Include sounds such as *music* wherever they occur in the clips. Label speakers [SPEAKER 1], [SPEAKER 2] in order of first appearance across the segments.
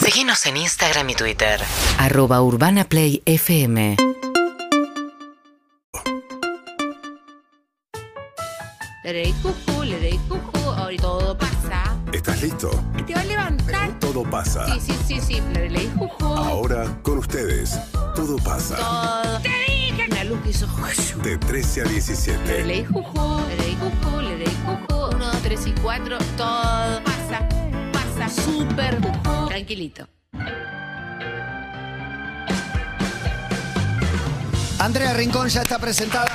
[SPEAKER 1] Seguinos en Instagram y Twitter.
[SPEAKER 2] Arroba Urbana Play FM.
[SPEAKER 3] Lerei cucú, lerei cucú, hoy todo pasa.
[SPEAKER 4] ¿Estás listo?
[SPEAKER 3] Y te va a levantar.
[SPEAKER 4] Todo pasa.
[SPEAKER 3] Sí, sí, sí, sí, lerei cucú.
[SPEAKER 4] Ahora con ustedes, todo pasa.
[SPEAKER 3] Todo. ¡Te dije! Una luz que hizo juju.
[SPEAKER 4] De 13 a 17.
[SPEAKER 3] Lerei cucú, lerei cucú, lerei cucú. Uno, dos, tres y cuatro. Todo pasa, pasa. Súper cucú. Tranquilito.
[SPEAKER 5] Andrea Rincón ya está presentada.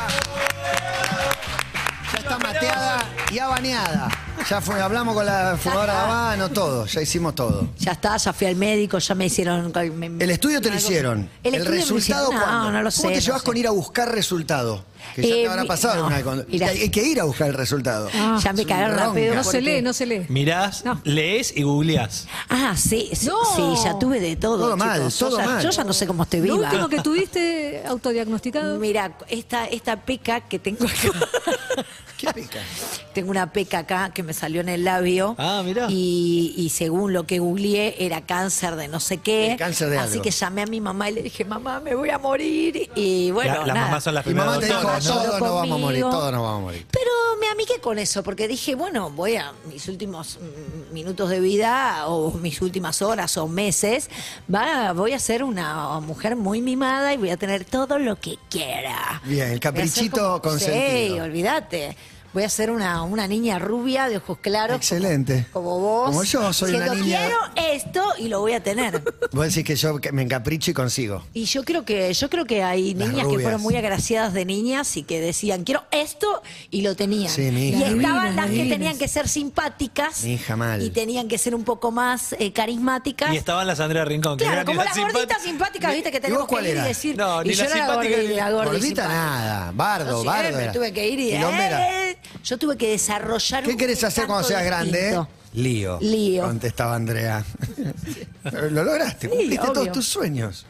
[SPEAKER 5] Ya está mateada y abaneada. Ya fue, hablamos con la fumadora de habano, todo, ya hicimos todo.
[SPEAKER 6] Ya está, ya fui al médico, ya me hicieron. me- me-
[SPEAKER 5] El estudio te lo
[SPEAKER 6] algo-
[SPEAKER 5] hicieron.
[SPEAKER 6] El,
[SPEAKER 5] ¿El
[SPEAKER 6] estudio me lo
[SPEAKER 5] resultado
[SPEAKER 6] hicieron.
[SPEAKER 5] cuándo?
[SPEAKER 6] No, no lo sé.
[SPEAKER 5] ¿Cómo te
[SPEAKER 6] no
[SPEAKER 5] llevas
[SPEAKER 6] sé.
[SPEAKER 5] con ir a buscar resultado? Que ya
[SPEAKER 6] Eh,
[SPEAKER 5] te habrá
[SPEAKER 6] mi-
[SPEAKER 5] pasado
[SPEAKER 6] no,
[SPEAKER 5] una cosa.
[SPEAKER 6] mira. Ah.
[SPEAKER 5] Hay que ir a buscar el resultado.
[SPEAKER 6] Ya me
[SPEAKER 5] Ah, Es
[SPEAKER 6] cagaron
[SPEAKER 5] una
[SPEAKER 6] a pedo.
[SPEAKER 5] bronca.
[SPEAKER 7] No se lee, no se lee.
[SPEAKER 8] Mirás,
[SPEAKER 7] No.
[SPEAKER 8] lees y googleás.
[SPEAKER 6] Ah, sí, sí,
[SPEAKER 7] No.
[SPEAKER 6] sí, ya tuve de todo.
[SPEAKER 5] Todo mal,
[SPEAKER 6] chicos. Yo
[SPEAKER 5] todo
[SPEAKER 6] ya-
[SPEAKER 5] mal.
[SPEAKER 6] Yo ya no sé cómo estoy
[SPEAKER 7] Lo
[SPEAKER 6] viva.
[SPEAKER 7] último que tuviste autodiagnosticado.
[SPEAKER 6] Mira, esta, esta peca que tengo acá. *laughs*
[SPEAKER 5] ¿Qué pica?
[SPEAKER 6] Tengo una peca acá que me salió en el labio.
[SPEAKER 8] Ah, mirá.
[SPEAKER 6] Y, y según lo que googleé, era cáncer de no sé qué.
[SPEAKER 5] El cáncer de
[SPEAKER 6] Así
[SPEAKER 5] algo.
[SPEAKER 6] que llamé a mi mamá y le dije, mamá, me voy a morir. Y bueno,
[SPEAKER 8] La- las
[SPEAKER 6] nada.
[SPEAKER 8] mamás son las
[SPEAKER 5] Y mamá
[SPEAKER 8] primeras
[SPEAKER 5] te dijo,
[SPEAKER 8] doctoras, ¿no?
[SPEAKER 6] todo.
[SPEAKER 5] todos nos vamos a morir,
[SPEAKER 6] conmigo.
[SPEAKER 5] todos nos vamos a morir.
[SPEAKER 6] Pero me amigué con eso, porque dije, bueno, voy a mis últimos mm, minutos de vida, o mis últimas horas o meses, va, voy a ser una mujer muy mimada y voy a tener todo lo que quiera.
[SPEAKER 5] Bien, el caprichito
[SPEAKER 6] Voy a ser como- Sí,
[SPEAKER 5] consentido.
[SPEAKER 6] olvídate. Voy a ser una, una niña rubia de ojos claros.
[SPEAKER 5] Excelente.
[SPEAKER 6] Como, como vos.
[SPEAKER 5] Como yo, soy una
[SPEAKER 6] diciendo,
[SPEAKER 5] niña-
[SPEAKER 6] quiero esto y lo voy a tener.
[SPEAKER 5] *laughs* Vos decís que yo que me encapricho y consigo.
[SPEAKER 6] Y yo creo que yo creo que hay
[SPEAKER 5] Las
[SPEAKER 6] niñas que
[SPEAKER 5] rubias.
[SPEAKER 6] fueron muy agraciadas de niñas y que decían quiero esto y lo tenían.
[SPEAKER 5] Sí, mi
[SPEAKER 6] y
[SPEAKER 5] hija.
[SPEAKER 6] estaban
[SPEAKER 7] Divinas,
[SPEAKER 6] las que
[SPEAKER 7] divinas.
[SPEAKER 6] tenían que ser simpáticas
[SPEAKER 5] Mi hija mal.
[SPEAKER 6] y tenían que ser un poco más eh, carismáticas.
[SPEAKER 8] Y estaban las Andrea Rincón. que
[SPEAKER 6] claro,
[SPEAKER 8] eran
[SPEAKER 6] como las
[SPEAKER 8] simpáticas.
[SPEAKER 6] gorditas simpáticas, viste que tenemos
[SPEAKER 5] cuál
[SPEAKER 6] que ir
[SPEAKER 5] eras?
[SPEAKER 6] y decir.
[SPEAKER 8] No,
[SPEAKER 6] y
[SPEAKER 8] ni
[SPEAKER 6] yo
[SPEAKER 8] la
[SPEAKER 6] era
[SPEAKER 8] simpática
[SPEAKER 6] gordi-
[SPEAKER 8] ni-
[SPEAKER 6] la gordi
[SPEAKER 5] Gordita
[SPEAKER 6] simpática.
[SPEAKER 5] nada, bardo,
[SPEAKER 6] Yo
[SPEAKER 5] bardo
[SPEAKER 6] siempre
[SPEAKER 5] era.
[SPEAKER 6] tuve que ir y
[SPEAKER 5] Quilombera.
[SPEAKER 6] eh, yo tuve que desarrollar
[SPEAKER 5] ¿Qué
[SPEAKER 6] un
[SPEAKER 5] querés hacer
[SPEAKER 6] encanto
[SPEAKER 5] cuando seas grande? eh?
[SPEAKER 6] distinto.
[SPEAKER 5] Lío.
[SPEAKER 6] Lío.
[SPEAKER 5] Contestaba
[SPEAKER 6] *laughs*
[SPEAKER 5] Andrea. Pero lo lograste,
[SPEAKER 6] Sí,
[SPEAKER 5] cumpliste todos
[SPEAKER 6] obvio.
[SPEAKER 5] tus sueños.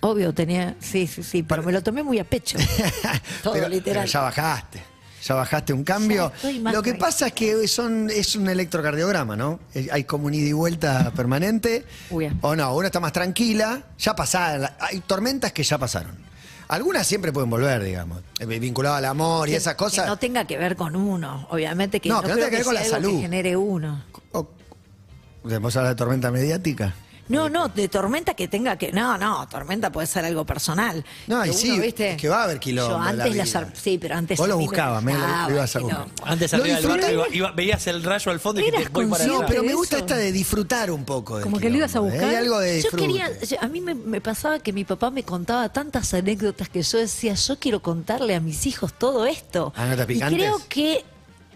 [SPEAKER 6] Obvio, tenía, sí, sí, sí, pero me lo tomé muy a pecho. *laughs* Todo
[SPEAKER 5] pero,
[SPEAKER 6] literal.
[SPEAKER 5] pero ya bajaste. Ya bajaste un cambio.
[SPEAKER 6] Ya estoy más
[SPEAKER 5] Lo que
[SPEAKER 6] tranquila.
[SPEAKER 5] pasa es que son, es un electrocardiograma, ¿no? Eh, Hay como un ida y vuelta permanente.
[SPEAKER 6] Uy, ah.
[SPEAKER 5] O no, una está más tranquila. Ya pasada. Hay tormentas que ya pasaron. Algunas siempre pueden volver, digamos. eh, Vinculado al amor y esas cosas.
[SPEAKER 6] Que no tenga que ver con uno, obviamente que
[SPEAKER 5] No,
[SPEAKER 6] no,
[SPEAKER 5] que no
[SPEAKER 6] creo
[SPEAKER 5] tenga que ver con
[SPEAKER 6] sea
[SPEAKER 5] la
[SPEAKER 6] algo
[SPEAKER 5] salud.
[SPEAKER 6] que genere uno.
[SPEAKER 5] O- ¿Vamos a hablar de tormenta mediática?
[SPEAKER 6] No, no, de tormenta que tenga que. No, no, tormenta puede ser algo personal.
[SPEAKER 5] No,
[SPEAKER 6] Que
[SPEAKER 5] y sí, es que va a haber quilombo
[SPEAKER 6] Yo
[SPEAKER 5] en la
[SPEAKER 6] antes
[SPEAKER 5] vida.
[SPEAKER 6] las. ar- Sí, pero antes.
[SPEAKER 5] Vos
[SPEAKER 6] a
[SPEAKER 5] lo
[SPEAKER 6] mí me
[SPEAKER 5] buscabas, me lo- lo
[SPEAKER 6] gustaba,
[SPEAKER 5] ibas a
[SPEAKER 6] que
[SPEAKER 5] buscar.
[SPEAKER 8] Antes
[SPEAKER 5] Lo
[SPEAKER 8] arriba del barco
[SPEAKER 5] disfruté.
[SPEAKER 8] iba- iba- veías el rayo al fondo y
[SPEAKER 6] Eras
[SPEAKER 8] te voy para
[SPEAKER 6] consciente
[SPEAKER 5] No,
[SPEAKER 8] allá.
[SPEAKER 5] pero me
[SPEAKER 7] de
[SPEAKER 5] gusta
[SPEAKER 7] eso.
[SPEAKER 5] esta de disfrutar un poco. del
[SPEAKER 7] Como que lo ibas a
[SPEAKER 5] quilombo,
[SPEAKER 7] buscar.
[SPEAKER 5] ¿eh? Hay algo de
[SPEAKER 6] Yo
[SPEAKER 5] disfrute.
[SPEAKER 6] quería, yo- a mí me, me pasaba que mi papá me contaba tantas anécdotas que yo decía, yo quiero contarle a mis hijos todo esto.
[SPEAKER 5] ¿Anécdotas
[SPEAKER 6] y
[SPEAKER 5] Ah, picantes?
[SPEAKER 6] creo que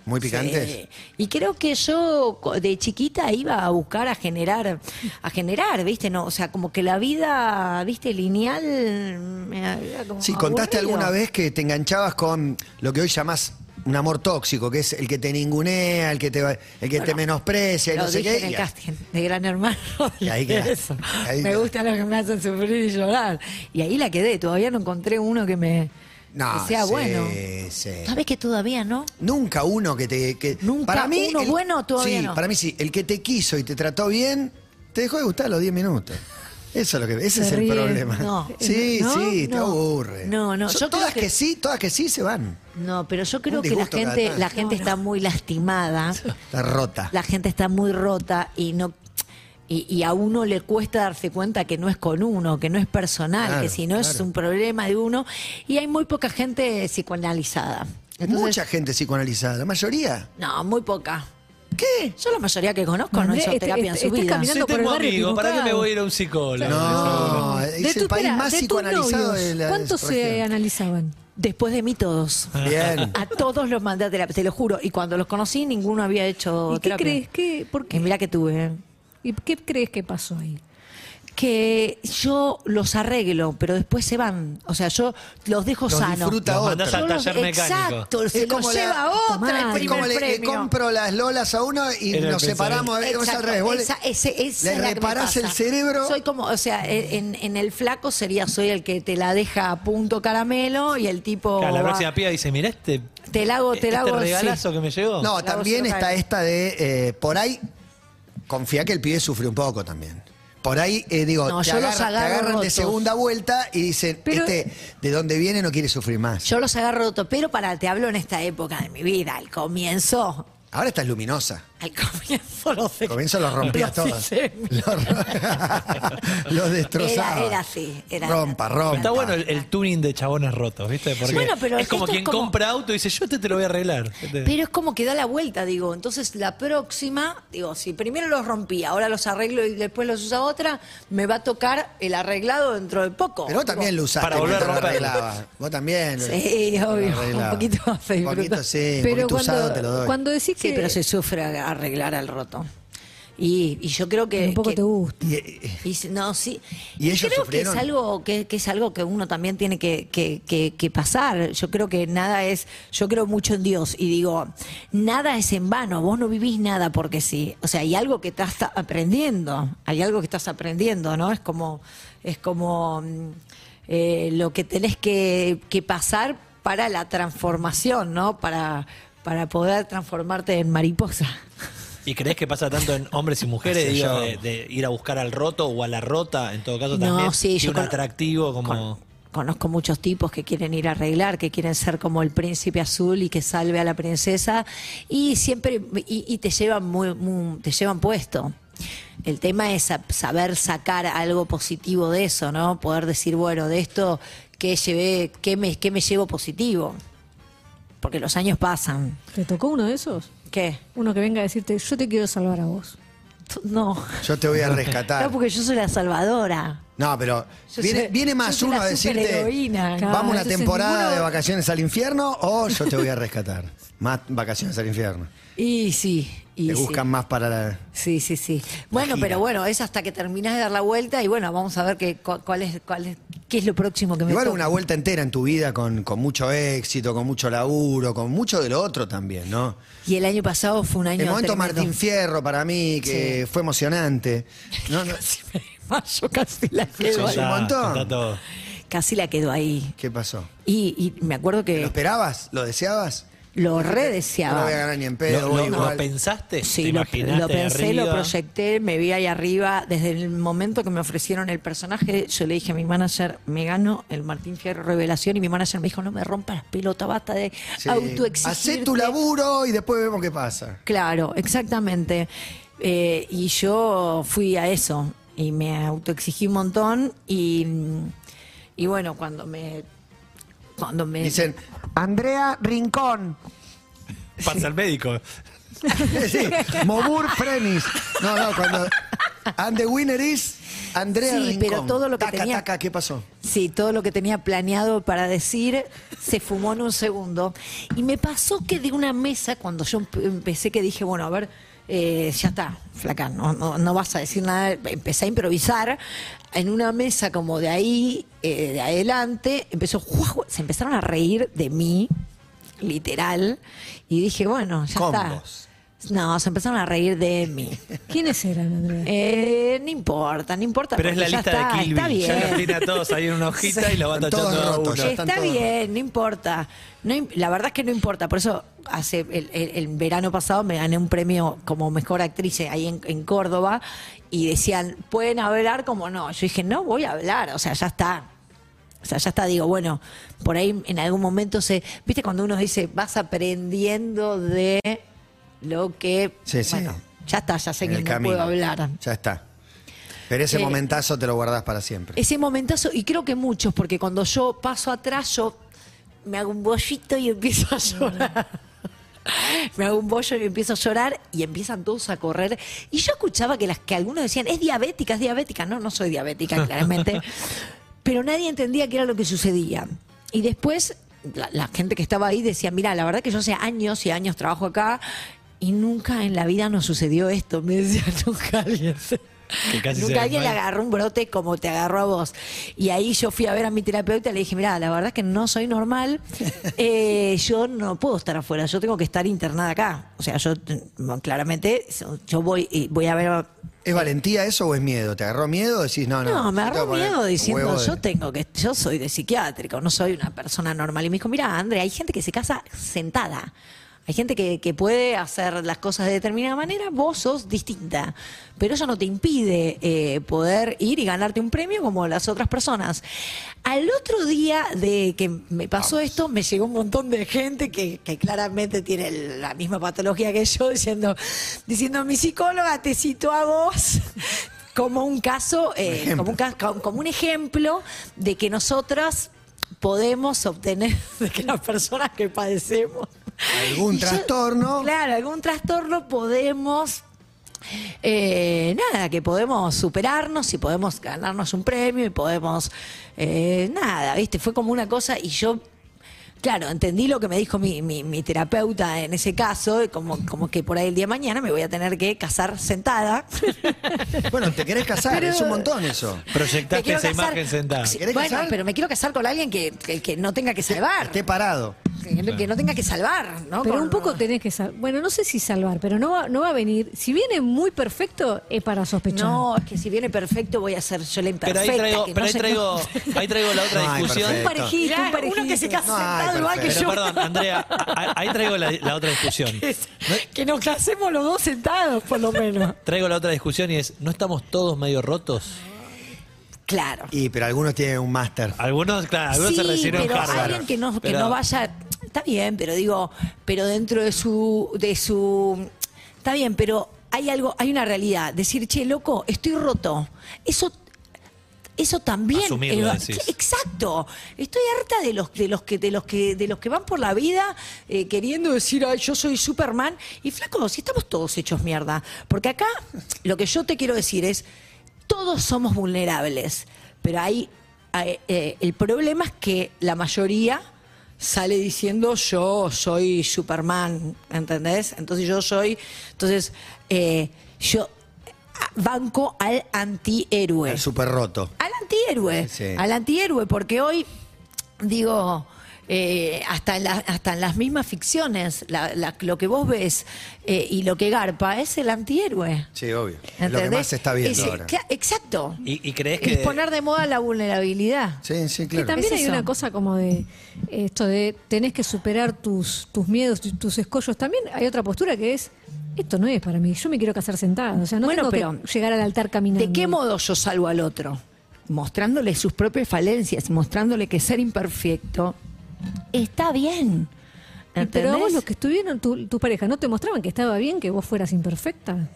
[SPEAKER 5] Muy picantes.
[SPEAKER 6] Sí. Y creo que yo co- de chiquita iba a buscar a generar, a generar, ¿viste? No, o sea, como que la vida, ¿viste? Lineal. me había como
[SPEAKER 5] Sí, contaste
[SPEAKER 6] aburrido.
[SPEAKER 5] alguna vez que te enganchabas con lo que hoy llamás un amor tóxico, que es el que te ningunea, el que te, va- el que te menosprecia y
[SPEAKER 6] Lo
[SPEAKER 5] no sé
[SPEAKER 6] dije
[SPEAKER 5] qué.
[SPEAKER 6] en el
[SPEAKER 5] y-
[SPEAKER 6] casting de Gran Hermano. *laughs*
[SPEAKER 5] Y ahí quedaste.
[SPEAKER 6] Eso.
[SPEAKER 5] Ahí
[SPEAKER 6] me
[SPEAKER 5] quedaste.
[SPEAKER 6] gustan los que me hacen sufrir y llorar. Y ahí la quedé. Todavía no encontré uno que me
[SPEAKER 5] No,
[SPEAKER 6] que sea
[SPEAKER 5] sí,
[SPEAKER 6] bueno.
[SPEAKER 5] sí.
[SPEAKER 6] ¿Sabes que todavía no?
[SPEAKER 5] Nunca uno que te... que-
[SPEAKER 6] Nunca
[SPEAKER 5] para mí,
[SPEAKER 6] uno bueno todavía
[SPEAKER 5] Sí,
[SPEAKER 6] no.
[SPEAKER 5] para mí sí. El que te quiso y te trató bien, te dejó de gustar a los 10 minutos. Eso es lo que, ese
[SPEAKER 7] Se
[SPEAKER 5] es el
[SPEAKER 7] ríe.
[SPEAKER 5] problema.
[SPEAKER 6] No.
[SPEAKER 5] Sí,
[SPEAKER 6] No,
[SPEAKER 5] sí, te
[SPEAKER 6] no.
[SPEAKER 5] aburre.
[SPEAKER 6] No, no,
[SPEAKER 5] Son
[SPEAKER 6] yo creo
[SPEAKER 5] todas que...
[SPEAKER 6] que
[SPEAKER 5] sí, todas que sí se van.
[SPEAKER 6] No, pero yo creo
[SPEAKER 5] Un
[SPEAKER 6] que la
[SPEAKER 5] disgusto cada
[SPEAKER 6] gente,
[SPEAKER 5] tanto.
[SPEAKER 6] la gente está
[SPEAKER 5] *laughs*
[SPEAKER 6] muy lastimada.
[SPEAKER 5] Está rota.
[SPEAKER 6] La gente está muy rota y no y, y a uno le cuesta darse cuenta que no es con uno, que no es personal,
[SPEAKER 5] Claro,
[SPEAKER 6] que si no es
[SPEAKER 5] claro.
[SPEAKER 6] un problema de uno. Y hay muy poca gente psicoanalizada. Entonces,
[SPEAKER 5] Mucha gente psicoanalizada, la mayoría.
[SPEAKER 6] No, muy poca.
[SPEAKER 5] ¿Qué?
[SPEAKER 6] Yo la mayoría que conozco no
[SPEAKER 7] André,
[SPEAKER 6] hizo
[SPEAKER 7] este-
[SPEAKER 6] terapia en
[SPEAKER 7] este-
[SPEAKER 6] su
[SPEAKER 7] estás
[SPEAKER 6] vida.
[SPEAKER 7] caminando-
[SPEAKER 8] Sí,
[SPEAKER 7] por el
[SPEAKER 8] tengo
[SPEAKER 7] barrio
[SPEAKER 8] amigos, ¿para qué me
[SPEAKER 7] equivocado.
[SPEAKER 8] voy a ir a un psicólogo?
[SPEAKER 5] No,
[SPEAKER 7] De
[SPEAKER 5] es
[SPEAKER 7] tu-
[SPEAKER 5] el Ah, país
[SPEAKER 7] pará,
[SPEAKER 5] más
[SPEAKER 7] de tus
[SPEAKER 5] psicoanalizado
[SPEAKER 7] novios,
[SPEAKER 5] de la
[SPEAKER 7] ¿Cuántos se
[SPEAKER 5] región.
[SPEAKER 7] analizaban?
[SPEAKER 6] Después de mí todos.
[SPEAKER 5] Bien.
[SPEAKER 6] A todos los mandé a terapia, te lo juro. Y cuando los conocí, ninguno había hecho
[SPEAKER 7] ¿Y qué
[SPEAKER 6] terapia.
[SPEAKER 7] crees? ¿Qué, por qué?
[SPEAKER 6] Y mira que tuve. ¿eh?
[SPEAKER 7] ¿Y qué crees que pasó
[SPEAKER 5] Eh,
[SPEAKER 7] ahí?
[SPEAKER 6] que yo los arreglo, pero después se van. O sea, yo los dejo
[SPEAKER 5] Los
[SPEAKER 6] sanos.
[SPEAKER 5] disfruta
[SPEAKER 8] Los
[SPEAKER 5] otro.
[SPEAKER 8] mandás al
[SPEAKER 6] Yo los-
[SPEAKER 8] taller mecánico.
[SPEAKER 6] Exacto, se los
[SPEAKER 5] la-
[SPEAKER 6] lleva otra
[SPEAKER 7] Tomá,
[SPEAKER 6] el
[SPEAKER 5] es
[SPEAKER 6] primer
[SPEAKER 5] como le, le
[SPEAKER 6] premio.
[SPEAKER 5] compro las lolas a uno y
[SPEAKER 8] Era el
[SPEAKER 5] nos separamos.
[SPEAKER 6] Exacto,
[SPEAKER 5] es al revés. Vos le-
[SPEAKER 6] esa- ese- esa
[SPEAKER 5] le
[SPEAKER 6] es la que me
[SPEAKER 5] reparás
[SPEAKER 6] pasa.
[SPEAKER 5] el cerebro.
[SPEAKER 6] Soy como, o sea, e, en, en el flaco sería soy el que te la deja a punto caramelo y el tipo.
[SPEAKER 8] Claro, la
[SPEAKER 6] va-
[SPEAKER 8] próxima piba dice, mirá este,
[SPEAKER 6] Te la hago, te
[SPEAKER 8] este
[SPEAKER 6] la hago.
[SPEAKER 8] regalazo que me llegó.
[SPEAKER 5] No,
[SPEAKER 6] La
[SPEAKER 5] también
[SPEAKER 6] voz
[SPEAKER 5] está
[SPEAKER 6] local.
[SPEAKER 5] esta de eh, por ahí confía que el pibe sufre un poco también. Por ahí, eh, digo,
[SPEAKER 6] No,
[SPEAKER 5] te,
[SPEAKER 6] yo los
[SPEAKER 5] agarran- te
[SPEAKER 6] agarro
[SPEAKER 5] agarran de
[SPEAKER 6] rotos.
[SPEAKER 5] segunda vuelta y dicen,
[SPEAKER 7] Pero-
[SPEAKER 5] este, de dónde viene no quiere sufrir más.
[SPEAKER 6] Yo los agarro roto, pero para, te hablo en esta época de mi vida, al comienzo.
[SPEAKER 5] Ahora estás luminosa.
[SPEAKER 6] Al comienzo los
[SPEAKER 5] Al comienzo los rompías
[SPEAKER 6] los
[SPEAKER 5] todos.
[SPEAKER 6] hice
[SPEAKER 5] Los, ro- *laughs* los destrozabas.
[SPEAKER 6] Era- era así, era así.
[SPEAKER 5] rompa, rompa.
[SPEAKER 8] Está bueno el, el tuning de chabones rotos, ¿viste? Porque
[SPEAKER 6] Bueno, pero
[SPEAKER 8] es como
[SPEAKER 6] esto es
[SPEAKER 8] quien
[SPEAKER 6] como-
[SPEAKER 8] compra auto y dice, yo este te lo voy a arreglar.
[SPEAKER 6] Pero es como que da la vuelta, digo. Entonces la próxima, digo, si primero los rompí, ahora los arreglo y después los usa otra, me va a tocar el arreglado dentro de poco.
[SPEAKER 5] Pero vos también lo
[SPEAKER 6] Digo,
[SPEAKER 5] usaste.
[SPEAKER 8] Para volver a
[SPEAKER 5] mientras lo
[SPEAKER 8] romperlo.
[SPEAKER 5] arreglabas. Vos también. lo-
[SPEAKER 6] Sí,
[SPEAKER 5] lo
[SPEAKER 6] obvio.
[SPEAKER 5] arreglabas.
[SPEAKER 6] Un poquito más de
[SPEAKER 5] Un poquito,
[SPEAKER 6] brutal.
[SPEAKER 5] sí. un
[SPEAKER 7] Pero
[SPEAKER 5] poquito
[SPEAKER 7] cuando,
[SPEAKER 5] usado te lo doy.
[SPEAKER 7] cuando decís que.
[SPEAKER 6] Sí, pero se sufre a- arreglar al roto. Y, y yo creo que.
[SPEAKER 7] Tampoco
[SPEAKER 6] que-
[SPEAKER 7] te gusta.
[SPEAKER 5] Y, eh,
[SPEAKER 6] Y si- no, sí.
[SPEAKER 5] ¿Y ellos
[SPEAKER 6] creo
[SPEAKER 5] sufrieron?
[SPEAKER 6] que es algo que, que es algo que uno también tiene que, que- que- que pasar. Yo creo que nada es, yo creo mucho en Dios y digo, nada es en vano, vos no vivís nada porque sí. O sea, hay algo que estás ta- aprendiendo, hay algo que estás aprendiendo, ¿no? Es como, es como mm, eh, lo que tenés que, que pasar para la transformación, ¿no? Para, para poder transformarte en mariposa.
[SPEAKER 8] ¿Y crees que pasa tanto en hombres y mujeres,
[SPEAKER 5] Así
[SPEAKER 8] digo,
[SPEAKER 5] yo.
[SPEAKER 8] de, de ir a buscar al roto o a la rota? En todo caso,
[SPEAKER 6] No,
[SPEAKER 8] también
[SPEAKER 6] sí,
[SPEAKER 8] y
[SPEAKER 6] yo
[SPEAKER 8] un
[SPEAKER 6] con-
[SPEAKER 8] atractivo como...
[SPEAKER 6] Con- conozco muchos tipos que quieren ir a arreglar, que quieren ser como el príncipe azul y que salve a la princesa y siempre y, y te llevan muy, muy- te llevan puesto. El tema es sa- saber sacar algo positivo de eso, ¿no? Poder decir, bueno, de esto qué llevé, qué me qué me llevo positivo. Porque los años pasan.
[SPEAKER 7] ¿Te tocó uno de esos?
[SPEAKER 6] ¿Qué?
[SPEAKER 7] Uno que venga a decirte, yo te quiero salvar a vos.
[SPEAKER 6] T- No.
[SPEAKER 5] yo te voy
[SPEAKER 6] *laughs*
[SPEAKER 5] a
[SPEAKER 6] No,
[SPEAKER 5] rescatar.
[SPEAKER 6] porque yo soy la salvadora.
[SPEAKER 5] No, pero
[SPEAKER 6] Yo
[SPEAKER 5] viene,
[SPEAKER 6] soy-
[SPEAKER 5] viene
[SPEAKER 6] yo
[SPEAKER 5] más
[SPEAKER 6] soy
[SPEAKER 5] uno
[SPEAKER 6] la
[SPEAKER 5] a decirte,
[SPEAKER 6] superheroína.
[SPEAKER 7] Claro,
[SPEAKER 5] vamos una
[SPEAKER 7] entonces
[SPEAKER 5] temporada
[SPEAKER 7] ninguno-
[SPEAKER 5] de vacaciones al infierno o yo te voy a rescatar. *laughs* más vacaciones al infierno.
[SPEAKER 6] Y sí, y
[SPEAKER 5] te
[SPEAKER 6] sí.
[SPEAKER 5] buscan más para la...
[SPEAKER 6] Sí, sí, sí. Bueno,
[SPEAKER 5] gira.
[SPEAKER 6] pero bueno, es hasta que terminás de dar la vuelta y bueno, vamos a ver qué cu- cuál es, cuál es, qué es lo próximo que me
[SPEAKER 5] Igual
[SPEAKER 6] toca.
[SPEAKER 5] una vuelta entera en tu vida con, con mucho éxito, con mucho laburo, con mucho de lo otro también, ¿no?
[SPEAKER 6] Y el año pasado fue un año
[SPEAKER 5] El momento
[SPEAKER 6] tremendo.
[SPEAKER 5] Martín
[SPEAKER 6] *laughs*
[SPEAKER 5] Fierro para mí, que fue emocionante. No, *laughs* no,
[SPEAKER 6] Yo casi la
[SPEAKER 5] Sí,
[SPEAKER 6] quedo ahí.
[SPEAKER 5] sí. un montón.
[SPEAKER 8] está todo.
[SPEAKER 6] Casi la quedó ahí.
[SPEAKER 5] ¿Qué pasó?
[SPEAKER 6] Y, y me acuerdo
[SPEAKER 5] ¿Lo
[SPEAKER 6] que
[SPEAKER 5] esperabas? ¿Lo deseabas?
[SPEAKER 6] lo
[SPEAKER 5] No lo voy a
[SPEAKER 6] redeseaba.
[SPEAKER 5] ganar ni en
[SPEAKER 8] ¿Lo,
[SPEAKER 5] pedo.
[SPEAKER 8] lo-
[SPEAKER 5] voy
[SPEAKER 8] lo
[SPEAKER 5] igual.
[SPEAKER 8] pensaste? ¿Te
[SPEAKER 6] Sí, lo,
[SPEAKER 8] imaginaste
[SPEAKER 6] lo pensé, lo
[SPEAKER 8] arriba?
[SPEAKER 6] proyecté, me vi ahí arriba. Desde el momento que me ofrecieron el personaje, yo le dije a mi manager, me gano el Martín Fierro Revelación. Y mi manager me dijo, no me rompas las pelotas, basta de
[SPEAKER 5] Sí.
[SPEAKER 6] autoexigirte.
[SPEAKER 5] Hacé tu laburo y después vemos qué pasa.
[SPEAKER 6] Claro, exactamente. Eh, y yo fui a eso y me autoexigí un montón y, y bueno, cuando me... Cuando me
[SPEAKER 5] Dicen, Andrea Rincón.
[SPEAKER 6] *laughs*
[SPEAKER 8] Pasa al médico.
[SPEAKER 5] Sí, Mobur Frenis. No, no, cuando. And the winner is Andrea
[SPEAKER 6] Sí,
[SPEAKER 5] Rincón.
[SPEAKER 6] pero todo lo que
[SPEAKER 5] taca,
[SPEAKER 6] tenía-
[SPEAKER 5] Taca, ¿qué pasó?
[SPEAKER 6] Sí, todo lo que tenía planeado para decir se fumó en un segundo. Y me pasó que de una mesa, cuando yo empe- empecé, que dije, bueno, a ver, eh, ya está, flaca, no, no, no vas a decir nada. Empecé a improvisar. En una mesa como de ahí, eh, de adelante, empezó, ¡guau! guau, se empezaron a reír de mí, literal. Y dije, bueno, ya
[SPEAKER 5] Combos.
[SPEAKER 6] está. No, se empezaron a reír de
[SPEAKER 8] *laughs*
[SPEAKER 6] mí.
[SPEAKER 7] ¿Quiénes eran, Andrea?
[SPEAKER 6] Eh, no importa, no importa.
[SPEAKER 8] Pero es la
[SPEAKER 6] porque ya
[SPEAKER 8] lista
[SPEAKER 6] está,
[SPEAKER 8] de Kill
[SPEAKER 6] está
[SPEAKER 8] Bill. Ya
[SPEAKER 6] bien.
[SPEAKER 8] los tiene a todos ahí en una hojita y la va
[SPEAKER 5] Están
[SPEAKER 8] tachando
[SPEAKER 5] todos
[SPEAKER 8] a
[SPEAKER 5] rotos,
[SPEAKER 8] uno.
[SPEAKER 5] ya están
[SPEAKER 6] Está
[SPEAKER 5] todos.
[SPEAKER 6] bien, no importa. No im- la verdad es que no importa. Por eso hace el, el- el verano pasado me gané un premio como mejor actriz ahí en, en Córdoba y decían, ¿pueden hablar? Como no. Yo dije, no voy a hablar, o sea, ya está. O sea, ya está, digo, bueno, por ahí en algún momento se. ¿Viste cuando uno dice, vas aprendiendo de lo que.
[SPEAKER 5] Sí, sí.
[SPEAKER 6] Bueno, ya está, ya sé
[SPEAKER 5] En
[SPEAKER 6] que
[SPEAKER 5] el
[SPEAKER 6] no
[SPEAKER 5] camino.
[SPEAKER 6] puedo hablar.
[SPEAKER 5] Ya está. Pero ese
[SPEAKER 6] Eh,
[SPEAKER 5] momentazo te lo guardás para siempre.
[SPEAKER 6] Ese momentazo, y creo que muchos, porque cuando yo paso atrás, yo me hago un bollito y empiezo a llorar. *laughs* Me hago un bollo y empiezo a llorar y empiezan todos a correr. Y yo escuchaba que las que algunos decían, es diabética, es diabética. No, no soy diabética, claramente. Pero nadie entendía qué era lo que sucedía. Y después la, la gente que estaba ahí decía, mira, la verdad que yo hace años y años trabajo acá y nunca en la vida nos sucedió esto. Me decía, *laughs* nunca alguien. se-
[SPEAKER 8] Que casi se
[SPEAKER 6] Nunca alguien le
[SPEAKER 8] desmaya.
[SPEAKER 6] agarró un brote como te agarró a vos. Y ahí yo fui a ver a mi terapeuta y le dije, mira, la verdad es que no soy
[SPEAKER 8] *laughs*
[SPEAKER 6] normal, Eh, yo no puedo estar afuera, yo tengo que estar internada acá. O sea, yo t- bueno, claramente, so- yo voy, y voy a ver... a-
[SPEAKER 5] ¿Es valentía eso o es miedo? ¿Te agarró miedo? Decís, no, no.
[SPEAKER 6] No,
[SPEAKER 5] yo
[SPEAKER 6] me agarró
[SPEAKER 5] tengo que poner
[SPEAKER 6] miedo
[SPEAKER 5] un
[SPEAKER 6] diciendo,
[SPEAKER 5] huevo de-
[SPEAKER 6] yo tengo que, yo soy de psiquiátrico, no soy una persona normal. Y me dijo, mira, Andrea, hay gente que se casa sentada. Hay gente que, que puede hacer las cosas de determinada manera, vos sos distinta. Pero eso no te impide eh, poder ir y ganarte un premio como las otras personas. Al otro día de que me pasó esto, me llegó un montón de gente que, que claramente tiene la misma patología que yo, diciendo, diciendo mi psicóloga te citó a vos. Como un caso, eh, como, un, ca- como- como un ejemplo de que nosotras podemos obtener *laughs* de que las personas que padecemos
[SPEAKER 5] Algún
[SPEAKER 6] y yo-
[SPEAKER 5] trastorno.
[SPEAKER 6] claro, algún trastorno podemos. eh, nada, que podemos superarnos y podemos ganarnos un premio y podemos. eh, nada, ¿viste? Fue como una cosa y yo. Claro, entendí lo que me dijo mi, mi- mi terapeuta en ese caso, y como, como que por ahí el día de mañana me voy a tener que casar sentada. *laughs*
[SPEAKER 5] Bueno, te querés casar, es un montón eso.
[SPEAKER 6] Me
[SPEAKER 8] Proyectaste
[SPEAKER 6] quiero
[SPEAKER 8] esa
[SPEAKER 6] casar-
[SPEAKER 8] imagen sentada.
[SPEAKER 6] Sí,
[SPEAKER 5] ¿Querés
[SPEAKER 6] bueno,
[SPEAKER 5] casar?
[SPEAKER 6] pero me quiero casar con alguien que, que- que no tenga que salvar.
[SPEAKER 5] Esté parado.
[SPEAKER 6] Que, no- que no tenga que salvar, ¿no?
[SPEAKER 7] Pero
[SPEAKER 6] Con-
[SPEAKER 7] un poco tenés que salvar. Bueno, no sé si salvar, pero no va, no va a venir. Si viene muy perfecto, es para sospechar.
[SPEAKER 6] No, es que si viene perfecto voy a ser yo la
[SPEAKER 8] Pero
[SPEAKER 6] imperfecta.
[SPEAKER 8] ahí traigo,
[SPEAKER 6] que no
[SPEAKER 8] pero ahí
[SPEAKER 6] se-
[SPEAKER 8] traigo, ahí traigo la otra
[SPEAKER 5] No hay
[SPEAKER 8] discusión.
[SPEAKER 5] perfecto.
[SPEAKER 6] parejito, un
[SPEAKER 7] Claro,
[SPEAKER 6] parejito.
[SPEAKER 7] uno que se casa
[SPEAKER 5] No, ay, sentado igual que
[SPEAKER 8] Pero perdón, Andrea, a- ahí traigo la, la
[SPEAKER 6] *laughs*
[SPEAKER 8] otra discusión.
[SPEAKER 6] Que nos casemos los dos sentados, por lo menos.
[SPEAKER 8] Traigo la otra discusión y es, ¿no estamos todos medio rotos?
[SPEAKER 6] Claro.
[SPEAKER 5] Y pero algunos tienen un máster.
[SPEAKER 8] Algunos, claro, algunos
[SPEAKER 6] sí,
[SPEAKER 8] se recibieron
[SPEAKER 6] pero
[SPEAKER 8] Harvard.
[SPEAKER 6] alguien que no, que
[SPEAKER 8] Pero-
[SPEAKER 6] no vaya, está bien, pero digo, pero dentro de su, de su, está bien, pero hay algo, hay una realidad. Decir, che, loco, estoy roto. Eso eso también
[SPEAKER 8] Asumirlo,
[SPEAKER 6] eh,
[SPEAKER 8] decís.
[SPEAKER 6] exacto estoy harta de los de los que de los que de los que van por la vida eh, queriendo decir ay yo soy Superman y flaco si estamos todos hechos mierda porque acá lo que yo te quiero decir es todos somos vulnerables pero ahí eh, eh, el problema es que la mayoría sale diciendo yo soy Superman ¿entendés? entonces yo soy entonces eh, yo ah, banco al antihéroe
[SPEAKER 5] El super roto.
[SPEAKER 6] al antihéroe.
[SPEAKER 5] Sí.
[SPEAKER 6] Al antihéroe, porque hoy, digo, eh, hasta, en la- hasta en las mismas ficciones, la- la- lo que vos ves eh, y lo que garpa es el antihéroe.
[SPEAKER 5] Sí, obvio. Es lo que
[SPEAKER 6] ¿Entendés?
[SPEAKER 5] más se está viendo
[SPEAKER 6] Es-
[SPEAKER 5] ahora.
[SPEAKER 6] cla- Exacto.
[SPEAKER 8] ¿Y, y crees que
[SPEAKER 6] Es poner de moda la vulnerabilidad.
[SPEAKER 5] Sí, sí,
[SPEAKER 7] Que
[SPEAKER 5] claro.
[SPEAKER 7] también
[SPEAKER 6] Es
[SPEAKER 7] hay
[SPEAKER 6] eso.
[SPEAKER 7] una cosa como de esto de tenés que superar tus, tus miedos, tu- tus escollos. También hay otra postura que es, esto no es para mí, yo me quiero casar sentada. O sea, no
[SPEAKER 6] Bueno,
[SPEAKER 7] tengo
[SPEAKER 6] pero,
[SPEAKER 7] que llegar al altar caminando.
[SPEAKER 6] ¿De qué modo yo salvo al otro? Mostrándole sus propias falencias, mostrándole que ser imperfecto está bien.
[SPEAKER 7] Y Pero a vos
[SPEAKER 6] ¿Entendés?
[SPEAKER 7] los que estuvieron, tu, tu pareja, ¿no te mostraban que estaba bien que vos fueras imperfecta?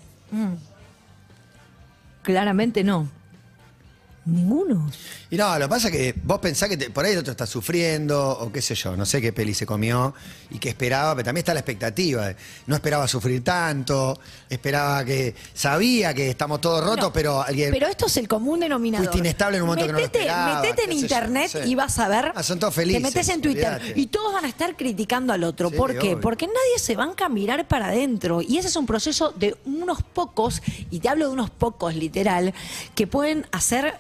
[SPEAKER 6] Claramente no.
[SPEAKER 7] Ninguno.
[SPEAKER 5] Y no, lo que pasa es que vos pensás que te- por ahí el otro está sufriendo, o qué sé yo, no sé qué peli se comió y qué esperaba, pero también está la expectativa. de, No esperaba sufrir tanto, esperaba que. Sabía que estamos todos rotos, pero alguien.
[SPEAKER 6] Pero esto es el común denominador.
[SPEAKER 5] Fuiste inestable en un momento que no lo
[SPEAKER 6] Metete-
[SPEAKER 5] esperabas,
[SPEAKER 6] Metete en
[SPEAKER 5] qué sé yo,
[SPEAKER 6] internet
[SPEAKER 5] no sé.
[SPEAKER 6] y vas a ver.
[SPEAKER 5] Ah, son todos felices,
[SPEAKER 6] Te metes en Twitter
[SPEAKER 5] olvídate.
[SPEAKER 6] y todos van a estar criticando al otro.
[SPEAKER 5] Sí,
[SPEAKER 6] ¿Por qué?
[SPEAKER 5] obvio.
[SPEAKER 6] Porque nadie se banca a mirar para adentro. Y ese es un proceso de unos pocos, y te hablo de unos pocos literal, que pueden hacer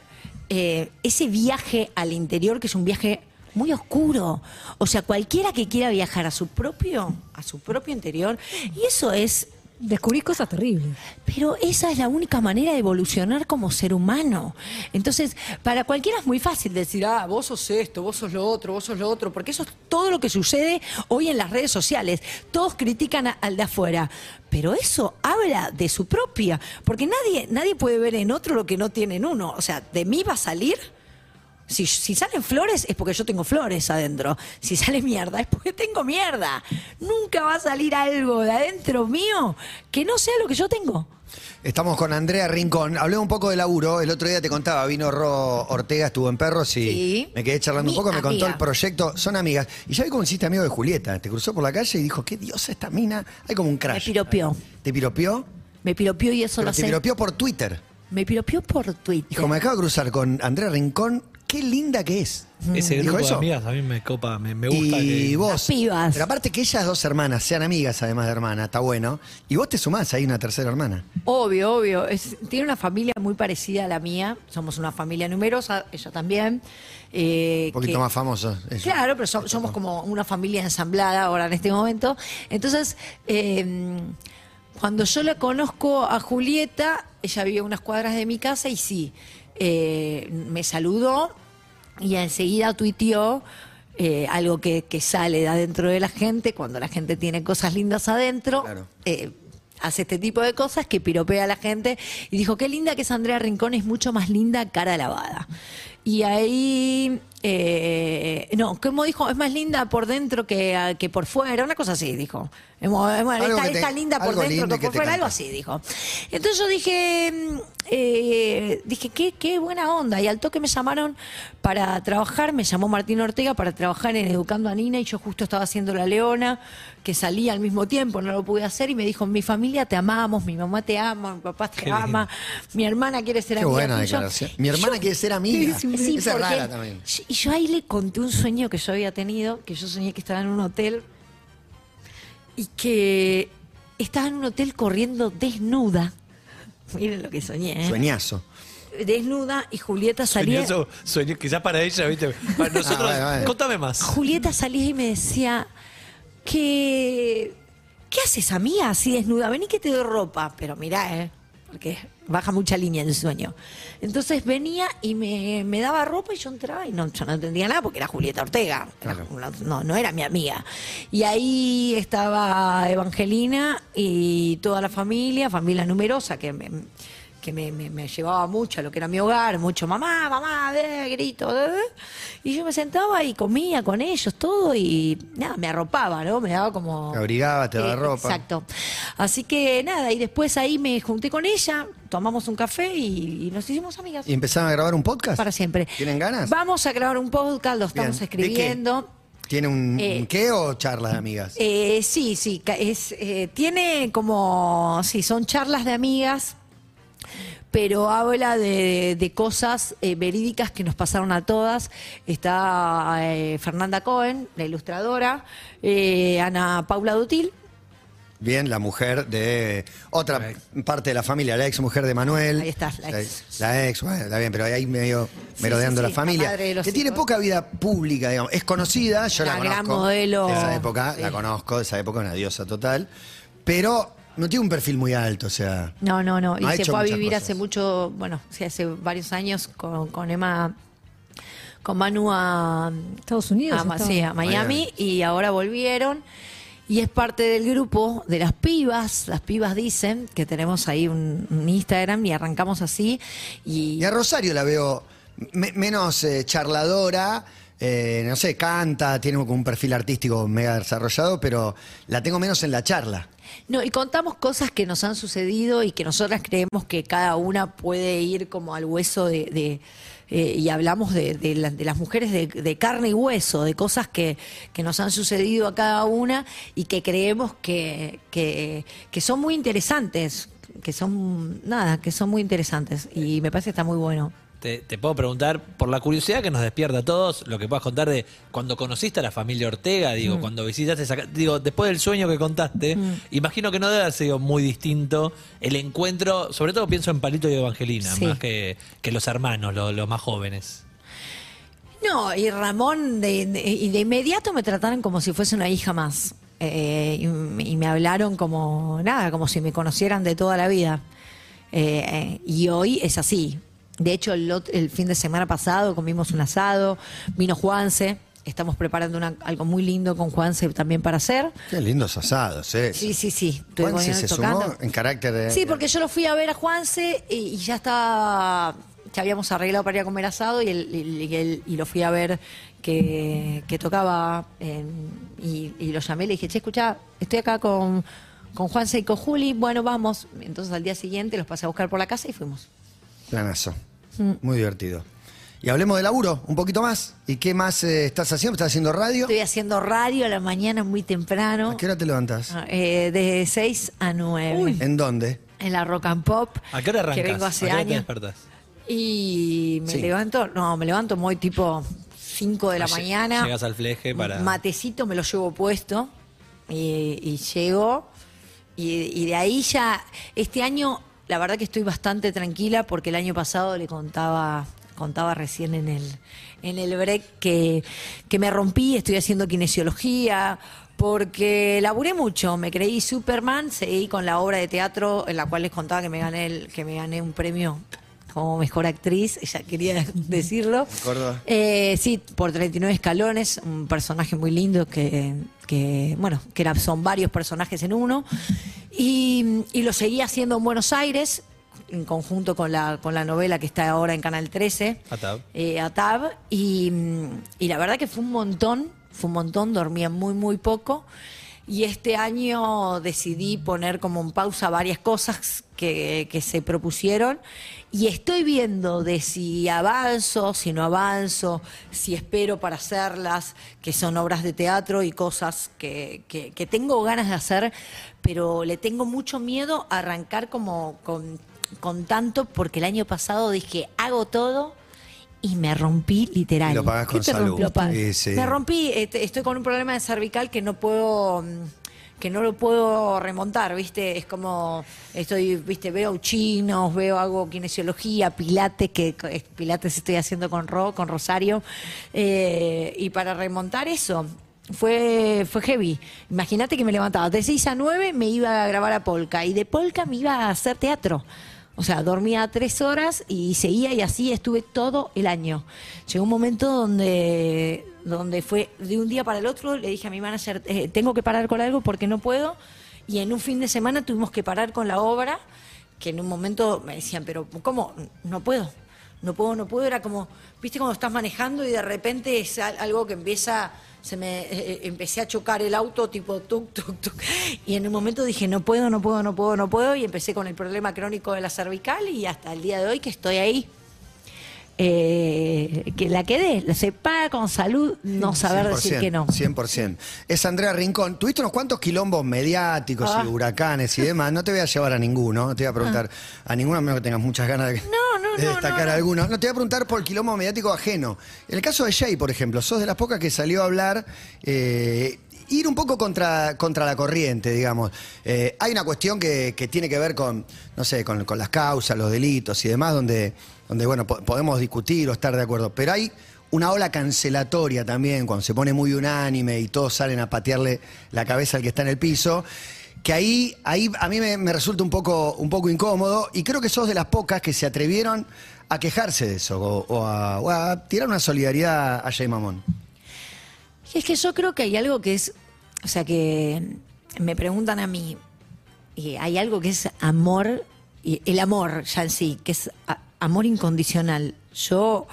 [SPEAKER 6] eh, ese viaje al interior, que es un viaje muy oscuro. O sea, cualquiera que quiera viajar a su propio, a su propio interior, y eso es
[SPEAKER 7] Descubrís cosas terribles.
[SPEAKER 6] pero esa es la única manera de evolucionar como ser humano. Entonces, para cualquiera es muy fácil decir, ah, vos sos esto, vos sos lo otro, vos sos lo otro, porque eso es todo lo que sucede hoy en las redes sociales. Todos critican a- al de afuera, pero eso habla de su propia, porque nadie, nadie puede ver en otro lo que no tiene en uno. O sea, de mí va a salir. Si, si salen flores es porque yo tengo flores adentro. Si sale mierda es porque tengo mierda. Nunca va a salir algo de adentro mío que no sea lo que yo tengo.
[SPEAKER 5] Estamos con Andrea Rincón. Hablé un poco de laburo. El otro día te contaba, vino Ro Ortega, estuvo en Perros y
[SPEAKER 6] Sí.
[SPEAKER 5] me quedé charlando
[SPEAKER 6] Mi
[SPEAKER 5] un poco. Me contó
[SPEAKER 6] amiga.
[SPEAKER 5] el proyecto. Son amigas. Y ya vi cómo hiciste amigo de Julieta. Te cruzó por la calle y dijo, qué diosa esta mina. Hay como un crash.
[SPEAKER 6] Me piropió.
[SPEAKER 5] ¿Te piropió?
[SPEAKER 6] Me piropió y eso
[SPEAKER 5] Pero
[SPEAKER 6] lo
[SPEAKER 5] te
[SPEAKER 6] sé.
[SPEAKER 5] piropió por Twitter.
[SPEAKER 6] Me piropió por Twitter.
[SPEAKER 5] Dijo, me acabo de cruzar con Andrea Rincón. Qué linda que es.
[SPEAKER 8] ese
[SPEAKER 5] ¿Dijo
[SPEAKER 8] grupo de
[SPEAKER 5] eso?
[SPEAKER 8] amigas a mí me copa, me, me gusta?
[SPEAKER 5] y
[SPEAKER 8] que-
[SPEAKER 5] vos.
[SPEAKER 6] Las pibas.
[SPEAKER 5] Pero aparte que ellas dos hermanas sean amigas, además de hermana, está bueno. Y vos te sumás, hay una tercera hermana.
[SPEAKER 6] Obvio, obvio. Es- tiene una familia muy parecida a la mía. Somos una familia numerosa, ella también. Eh,
[SPEAKER 5] Un poquito
[SPEAKER 6] que-
[SPEAKER 5] más famosa. ella.
[SPEAKER 6] Claro, pero so- somos como una familia ensamblada ahora en este momento. Entonces, eh, cuando yo la conozco a Julieta, ella vivía a unas cuadras de mi casa y sí, eh, me saludó y enseguida tuiteó. eh, algo que, que sale de adentro de la gente, cuando la gente tiene cosas lindas adentro,
[SPEAKER 5] Claro.
[SPEAKER 6] eh, hace este tipo de cosas que piropea a la gente y dijo, qué linda que es Andrea Rincón, es mucho más linda cara lavada. Y ahí, eh, no, como dijo, es más linda por dentro que, ah, que por fuera, una cosa así, dijo. Es mo- es mo-
[SPEAKER 5] Algo
[SPEAKER 6] Está,
[SPEAKER 5] que te-
[SPEAKER 6] está linda por
[SPEAKER 5] algo
[SPEAKER 6] dentro
[SPEAKER 5] lindo
[SPEAKER 6] que
[SPEAKER 5] que
[SPEAKER 6] por
[SPEAKER 5] te
[SPEAKER 6] fuera, algo
[SPEAKER 5] canta.
[SPEAKER 6] así, dijo. Entonces yo dije, mm, eh, dije, qué, qué buena onda. Y al toque me llamaron para trabajar, me llamó Martín Ortega para trabajar en Educando a Nina y yo justo estaba haciendo La Leona, que salía al mismo tiempo, no lo pude hacer y me dijo, mi familia te amamos, mi mamá te ama, mi papá te
[SPEAKER 8] Qué
[SPEAKER 6] ama, mi hermana quiere ser
[SPEAKER 5] Qué
[SPEAKER 6] amiga
[SPEAKER 5] buena
[SPEAKER 6] tuya".
[SPEAKER 5] declaración. Mi hermana
[SPEAKER 6] Yo-
[SPEAKER 5] quiere ser amiga.
[SPEAKER 6] Sí,
[SPEAKER 5] Ah, Esa es
[SPEAKER 6] porque-
[SPEAKER 5] rara también.
[SPEAKER 6] Y yo ahí le conté un sueño que yo había tenido, que yo soñé que estaba en un hotel y que estaba en un hotel corriendo desnuda. Miren lo que soñé, ¿eh?
[SPEAKER 5] Sueñazo.
[SPEAKER 6] Desnuda y Julieta salía.
[SPEAKER 8] Soñó, soñó, quizás para ella, ¿viste?
[SPEAKER 5] *laughs*
[SPEAKER 8] Para nosotros,
[SPEAKER 5] Ah, bueno, bueno.
[SPEAKER 8] contame más.
[SPEAKER 6] Julieta salía y me decía que ¿qué haces amiga así desnuda? Vení que te doy ropa, pero mirá, eh, porque baja mucha línea el sueño. Entonces venía y me, me daba ropa y yo entraba y no, yo no entendía nada porque era Julieta Ortega, era- no, no era mi amiga. Y ahí estaba Evangelina y toda la familia, familia numerosa que me que me, me- me llevaba mucho a lo que era mi hogar, mucho mamá, mamá, de, grito, de, de. y yo me sentaba y comía con ellos todo y nada, me arropaba, ¿no? Me daba como...
[SPEAKER 5] Te abrigaba, te daba
[SPEAKER 6] Eh,
[SPEAKER 5] ropa.
[SPEAKER 6] Exacto. Así que nada, y después ahí me junté con ella, tomamos un café y, y nos hicimos amigas.
[SPEAKER 5] ¿Y empezaron a grabar un podcast?
[SPEAKER 6] para siempre.
[SPEAKER 5] ¿Tienen ganas?
[SPEAKER 6] Vamos a grabar un podcast, lo estamos
[SPEAKER 5] Bien. ¿De qué?
[SPEAKER 6] escribiendo.
[SPEAKER 5] ¿Tiene un,
[SPEAKER 6] Eh,
[SPEAKER 5] un qué o charlas de amigas?
[SPEAKER 6] Eh, sí, sí, ca- es, eh, tiene como, sí, son charlas de amigas, pero habla de, de cosas eh, verídicas que nos pasaron a todas. Está eh, Fernanda Cohen, la ilustradora, eh, Ana Paula Dutil,
[SPEAKER 5] Bien, la mujer de otra parte de la familia, la ex mujer de Manuel. Eh,
[SPEAKER 6] Ahí está, la ex.
[SPEAKER 5] La ex, bueno, está bien, pero ahí medio
[SPEAKER 6] Sí,
[SPEAKER 5] merodeando
[SPEAKER 6] sí, sí,
[SPEAKER 5] la familia.
[SPEAKER 6] la madre de los
[SPEAKER 5] que tiene
[SPEAKER 6] hijos.
[SPEAKER 5] poca vida pública, digamos. Es conocida, yo la
[SPEAKER 6] Una
[SPEAKER 5] conozco.
[SPEAKER 6] gran modelo.
[SPEAKER 5] De esa época,
[SPEAKER 6] Sí.
[SPEAKER 5] la conozco, de esa época, una diosa total. Pero no tiene un perfil muy alto, o sea.
[SPEAKER 6] No, no, no. Y
[SPEAKER 5] ha
[SPEAKER 6] se
[SPEAKER 5] hecho
[SPEAKER 6] fue a
[SPEAKER 5] muchas
[SPEAKER 6] vivir
[SPEAKER 5] cosas.
[SPEAKER 6] hace mucho, bueno, sí, hace varios años con, con Emma, con Manu a
[SPEAKER 7] Estados Unidos.
[SPEAKER 6] a, Ma-
[SPEAKER 7] estaba.
[SPEAKER 6] sí, a Miami y ahora volvieron. Y es parte del grupo de las pibas. Las pibas dicen que tenemos ahí un, un Instagram y arrancamos así. Y,
[SPEAKER 5] Y a Rosario la veo me- menos eh, charladora, eh, no sé, canta, tiene como un perfil artístico mega desarrollado, pero la tengo menos en la charla.
[SPEAKER 6] no, y contamos cosas que nos han sucedido y que nosotras creemos que cada una puede ir como al hueso de... de, eh, y hablamos de, de la- de las mujeres de, de carne y hueso, de cosas que, que nos han sucedido a cada una y que creemos que, que, que son muy interesantes, que son, nada, que son muy interesantes. Y me parece que está muy bueno.
[SPEAKER 8] Te, te puedo preguntar, por la curiosidad que nos despierta a todos, lo que puedas contar de cuando conociste a la familia Ortega,
[SPEAKER 6] Mm.
[SPEAKER 8] digo, cuando visitaste esa ca- Digo, después del sueño que contaste, imagino que no debe haber sido muy distinto el encuentro, sobre todo pienso en Palito y Evangelina,
[SPEAKER 6] Sí.
[SPEAKER 8] más que, que los hermanos, lo- los más jóvenes.
[SPEAKER 6] No, y Ramón, de, de- y de inmediato me trataron como si fuese una hija más. Eh, y, m- y me hablaron como nada, como si me conocieran de toda la vida. Eh, eh, y hoy es así. De hecho, el, ot- el fin de semana pasado comimos un asado, vino Juanse, estamos preparando una- algo muy lindo con Juanse también para hacer.
[SPEAKER 5] Qué lindos asados, ¿eh?
[SPEAKER 6] Sí, sí, sí. Estoy
[SPEAKER 5] Juan se,
[SPEAKER 6] poniendo-
[SPEAKER 5] se
[SPEAKER 6] tocando.
[SPEAKER 5] sumó en carácter de.
[SPEAKER 6] Sí, porque yo lo fui a ver a Juanse y, y ya estaba, ya habíamos arreglado para ir a comer asado y, el- y- y el- y lo fui a ver que, que tocaba eh, y, y lo llamé y le dije, che, escucha, estoy acá con, con Juanse y con Juli, bueno, vamos. Entonces al día siguiente los pasé a buscar por la casa y fuimos.
[SPEAKER 5] Planazo.
[SPEAKER 6] Mm.
[SPEAKER 5] Muy divertido. Y hablemos de laburo un poquito más. ¿Y qué más eh, estás haciendo? ¿Estás haciendo radio?
[SPEAKER 6] Estoy haciendo radio a la mañana muy temprano,
[SPEAKER 5] ¿A qué hora te levantás?
[SPEAKER 6] eh, de 6 a 9.
[SPEAKER 5] ¿En dónde?
[SPEAKER 6] En la rock and pop.
[SPEAKER 8] ¿A qué hora arrancas?
[SPEAKER 6] Que vengo hace
[SPEAKER 8] ¿A qué hora te
[SPEAKER 6] años.
[SPEAKER 8] despertás?
[SPEAKER 6] Y me
[SPEAKER 5] Sí.
[SPEAKER 6] levanto, no, me levanto muy tipo 5 de la
[SPEAKER 8] Ah, lle-
[SPEAKER 6] mañana.
[SPEAKER 8] llegas al fleje para-
[SPEAKER 6] Matecito me lo llevo puesto y, y llego. Y, y de ahí ya, este año, la verdad que estoy bastante tranquila porque el año pasado le contaba contaba recién en el en el break que, que me rompí, estoy haciendo kinesiología, porque laburé mucho, me creí Superman, seguí con la obra de teatro en la cual les contaba que me gané el, que me gané un premio como mejor actriz, ella quería decirlo.
[SPEAKER 5] Córdoba.
[SPEAKER 6] Eh, sí, por 39 escalones, un personaje muy lindo que, que, bueno, que era- son varios personajes en uno. Y, y lo seguía haciendo en Buenos Aires, en conjunto con la, con la novela que está ahora en Canal 13.
[SPEAKER 8] Atab.
[SPEAKER 6] Eh, Atab. Y, mm, y la verdad que fue un montón, fue un montón, dormía muy, muy poco. Y este año decidí poner como en pausa varias cosas que, que se propusieron y estoy viendo de si avanzo, si no avanzo, si espero para hacerlas, que son obras de teatro y cosas que, que- que tengo ganas de hacer, pero le tengo mucho miedo a arrancar como con, con tanto porque el año pasado dije, hago todo y me rompí literal.
[SPEAKER 5] Y lo pagás con
[SPEAKER 7] ¿Qué te
[SPEAKER 5] salud.
[SPEAKER 7] rompió, Paz?
[SPEAKER 5] Sí, sí.
[SPEAKER 6] Me rompí, eh, te- estoy con un problema de cervical que no puedo mm, que no lo puedo remontar, ¿viste? Es como estoy, ¿viste? Veo chinos, veo hago kinesiología, pilates que co- eh, pilates estoy haciendo con Ro, con Rosario eh, y para remontar eso fue, fue heavy. Imagínate que me levantaba de 6 a 9, me iba a grabar a Polka y de Polka me iba a hacer teatro. O sea, dormía tres horas y seguía y así estuve todo el año. Llegó un momento donde, donde fue de un día para el otro, le dije a mi manager, "Eh, tengo que parar con algo porque no puedo. Y en un fin de semana tuvimos que parar con la obra, que en un momento me decían, pero ¿cómo? No puedo, no puedo, no puedo. Era como, viste cuando estás manejando y de repente es al- algo que empieza, se me eh, empecé a chocar el auto tipo tuk, tuk, tuk. Y en un momento dije, no puedo, no puedo, no puedo, no puedo. Y empecé con el problema crónico de la cervical y hasta el día de hoy que estoy ahí. Eh, que la quedé, la sepa con salud, no saber decir que no.
[SPEAKER 5] 100%. Es Andrea Rincón. Tuviste unos cuantos quilombos mediáticos
[SPEAKER 6] Ah.
[SPEAKER 5] y huracanes y demás. No te voy a llevar a ninguno. No te voy a preguntar a ninguno, a menos que tengas muchas ganas de,
[SPEAKER 6] Ah. no,
[SPEAKER 5] de
[SPEAKER 6] no,
[SPEAKER 5] destacar
[SPEAKER 6] no, no.
[SPEAKER 5] alguno. No te voy a preguntar por el quilombo mediático ajeno. En el caso de Jay, por ejemplo, sos de las pocas que salió a hablar. eh, Ir un poco contra, contra la corriente, digamos. Eh, hay una cuestión que, que tiene que ver con, no sé, con, con las causas, los delitos y demás, donde, donde bueno, po- podemos discutir o estar de acuerdo. Pero hay una ola cancelatoria también, cuando se pone muy unánime y todos salen a patearle la cabeza al que está en el piso, que ahí, ahí a mí me, me resulta un poco, un poco incómodo y creo que sos de las pocas que se atrevieron a quejarse de eso o, o a, o a tirar una solidaridad a Jay Mamón.
[SPEAKER 6] Es que yo creo que hay algo que es, o sea, que me preguntan a mí, y hay algo que es amor, y el amor ya en sí, que es a- amor incondicional. Yo,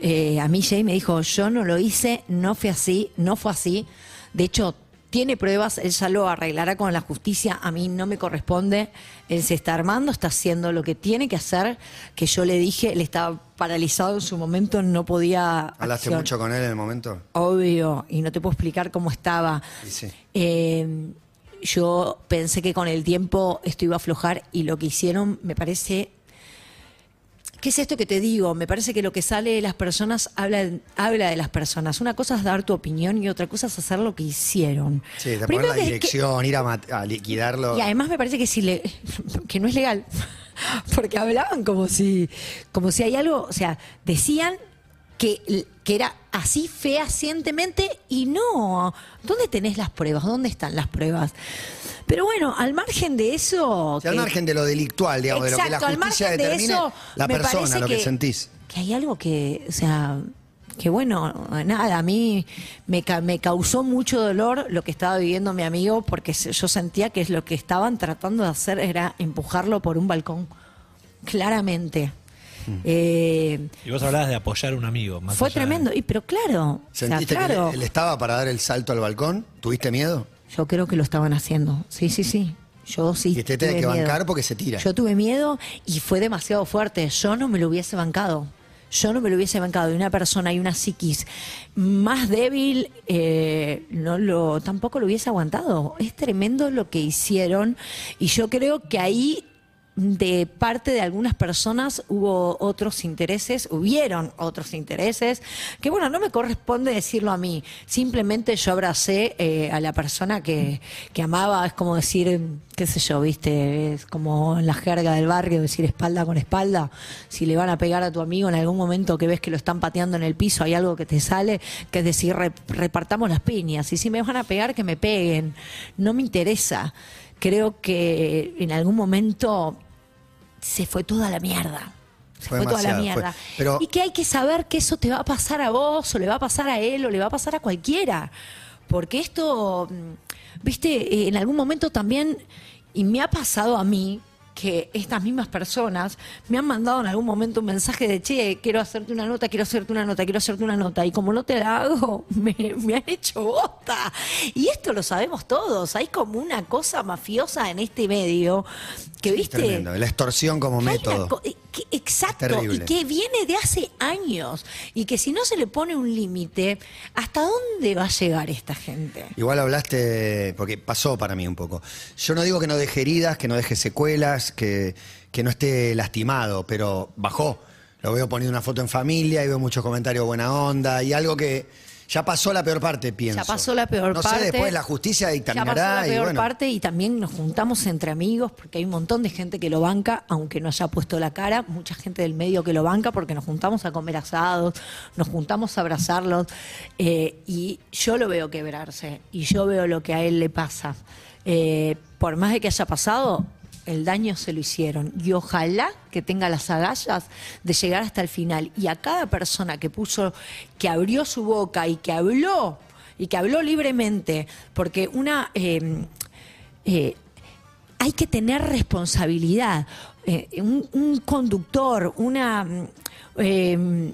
[SPEAKER 6] eh, a mí Jay me dijo, yo no lo hice, no fue así, no fue así. De hecho, tiene pruebas, él ya lo arreglará con la justicia, a mí no me corresponde, él se está armando, está haciendo lo que tiene que hacer, que yo le dije, él estaba paralizado en su momento, no podía...
[SPEAKER 5] ¿Hablaste
[SPEAKER 6] accionar.
[SPEAKER 5] mucho con él en el momento?
[SPEAKER 6] Obvio, y no te puedo explicar cómo estaba.
[SPEAKER 5] Y sí.
[SPEAKER 6] Eh, yo pensé que con el tiempo esto iba a aflojar y lo que hicieron me parece... ¿Qué es esto que te digo? Me parece que lo que sale de las personas habla, habla de las personas. Una cosa es dar tu opinión y otra cosa es hacer lo que hicieron.
[SPEAKER 5] Sí, de poner
[SPEAKER 6] Primero
[SPEAKER 5] la
[SPEAKER 6] que- que-
[SPEAKER 5] dirección, ir a, mat- a liquidarlo.
[SPEAKER 6] y además me parece que si le, *laughs* que no es legal. *laughs* Porque hablaban como si, como si hay algo, o sea, decían que, que era así fehacientemente y no. ¿Dónde tenés las pruebas? ¿Dónde están las pruebas? Pero bueno, al margen de eso.
[SPEAKER 5] O sea, al
[SPEAKER 6] que-
[SPEAKER 5] margen de lo delictual, digamos, de lo
[SPEAKER 6] Exacto,
[SPEAKER 5] que la
[SPEAKER 6] al
[SPEAKER 5] justicia
[SPEAKER 6] margen de
[SPEAKER 5] determine,
[SPEAKER 6] eso,
[SPEAKER 5] la
[SPEAKER 6] me
[SPEAKER 5] persona,
[SPEAKER 6] parece
[SPEAKER 5] lo que, sentís.
[SPEAKER 6] Que hay algo que, o sea, que bueno, nada, a mí me, ca- me causó mucho dolor lo que estaba viviendo mi amigo porque se- yo sentía que es lo que estaban tratando de hacer era empujarlo por un balcón, claramente.
[SPEAKER 5] Mm.
[SPEAKER 6] Eh,
[SPEAKER 8] Y vos hablabas de apoyar a un amigo. más
[SPEAKER 6] fue
[SPEAKER 8] allá de-
[SPEAKER 6] tremendo, y pero claro, o sea,
[SPEAKER 5] ¿Sentiste
[SPEAKER 6] claro.
[SPEAKER 5] que él, él estaba para dar el salto al balcón? ¿Tuviste miedo?
[SPEAKER 6] Yo creo que lo estaban haciendo. Sí, sí, sí. Yo sí.
[SPEAKER 5] Y usted tiene
[SPEAKER 6] tuve
[SPEAKER 5] que
[SPEAKER 6] miedo.
[SPEAKER 5] bancar porque se tira.
[SPEAKER 6] Yo tuve miedo y fue demasiado fuerte. Yo no me lo hubiese bancado. Yo no me lo hubiese bancado. Y una persona y una psiquis más débil, eh, no lo, tampoco lo hubiese aguantado. Es tremendo lo que hicieron. Y yo creo que ahí de parte de algunas personas hubo otros intereses, hubieron otros intereses, que bueno, no me corresponde decirlo a mí, simplemente yo abracé eh, a la persona que, que amaba, es como decir, qué sé yo, viste, es como en la jerga del barrio, decir espalda con espalda, si le van a pegar a tu amigo en algún momento que ves que lo están pateando en el piso, hay algo que te sale, que es decir, "Rep- repartamos las piñas, y si me van a pegar, que me peguen, no me interesa creo que en algún momento se fue toda la mierda. Se
[SPEAKER 5] Fue
[SPEAKER 6] fue, toda la
[SPEAKER 5] demasiado, fue.
[SPEAKER 6] mierda.
[SPEAKER 5] Pero-
[SPEAKER 6] Y que hay que saber que eso te va a pasar a vos, o le va a pasar a él, o le va a pasar a cualquiera. Porque esto, mm, viste, eh, en algún momento también, y me ha pasado a mí, que estas mismas personas me han mandado en algún momento un mensaje de, che, quiero hacerte una nota, quiero hacerte una nota, quiero hacerte una nota, y como no te la hago, *laughs* me, me han hecho bosta. Y esto lo sabemos todos, hay como una cosa mafiosa en este medio, que, viste,
[SPEAKER 5] Tremendo. La extorsión como
[SPEAKER 6] que hay una
[SPEAKER 5] método.
[SPEAKER 6] Este, co- eh, que- exacto, y
[SPEAKER 5] terrible.
[SPEAKER 6] que viene de hace años, y que si no se le pone un límite, ¿hasta dónde va a llegar esta gente?
[SPEAKER 5] Igual hablaste, porque pasó para mí un poco. Yo no digo que no deje heridas, que no deje secuelas, que, que no esté lastimado, pero bajó. Lo veo poniendo una foto en familia y veo muchos comentarios buena onda y algo que ya pasó la peor parte, pienso.
[SPEAKER 6] pasó la peor
[SPEAKER 5] no
[SPEAKER 6] parte.
[SPEAKER 5] sé, después la justicia
[SPEAKER 6] Ya
[SPEAKER 5] dictaminará
[SPEAKER 6] pasó la
[SPEAKER 5] y
[SPEAKER 6] peor
[SPEAKER 5] bueno.
[SPEAKER 6] parte y también nos juntamos entre amigos porque hay un montón de gente que lo banca, aunque no haya puesto la cara, mucha gente del medio que lo banca porque nos juntamos a comer asados, nos juntamos a abrazarlos eh, y yo lo veo quebrarse y yo veo lo que a él le pasa. Eh, por más de que haya pasado, el daño se lo hicieron y ojalá que tenga las agallas de llegar hasta el final y a cada persona que puso, que abrió su boca y que habló y que habló libremente, porque una eh, eh, hay que tener responsabilidad. Eh, un, un conductor, una mm, eh,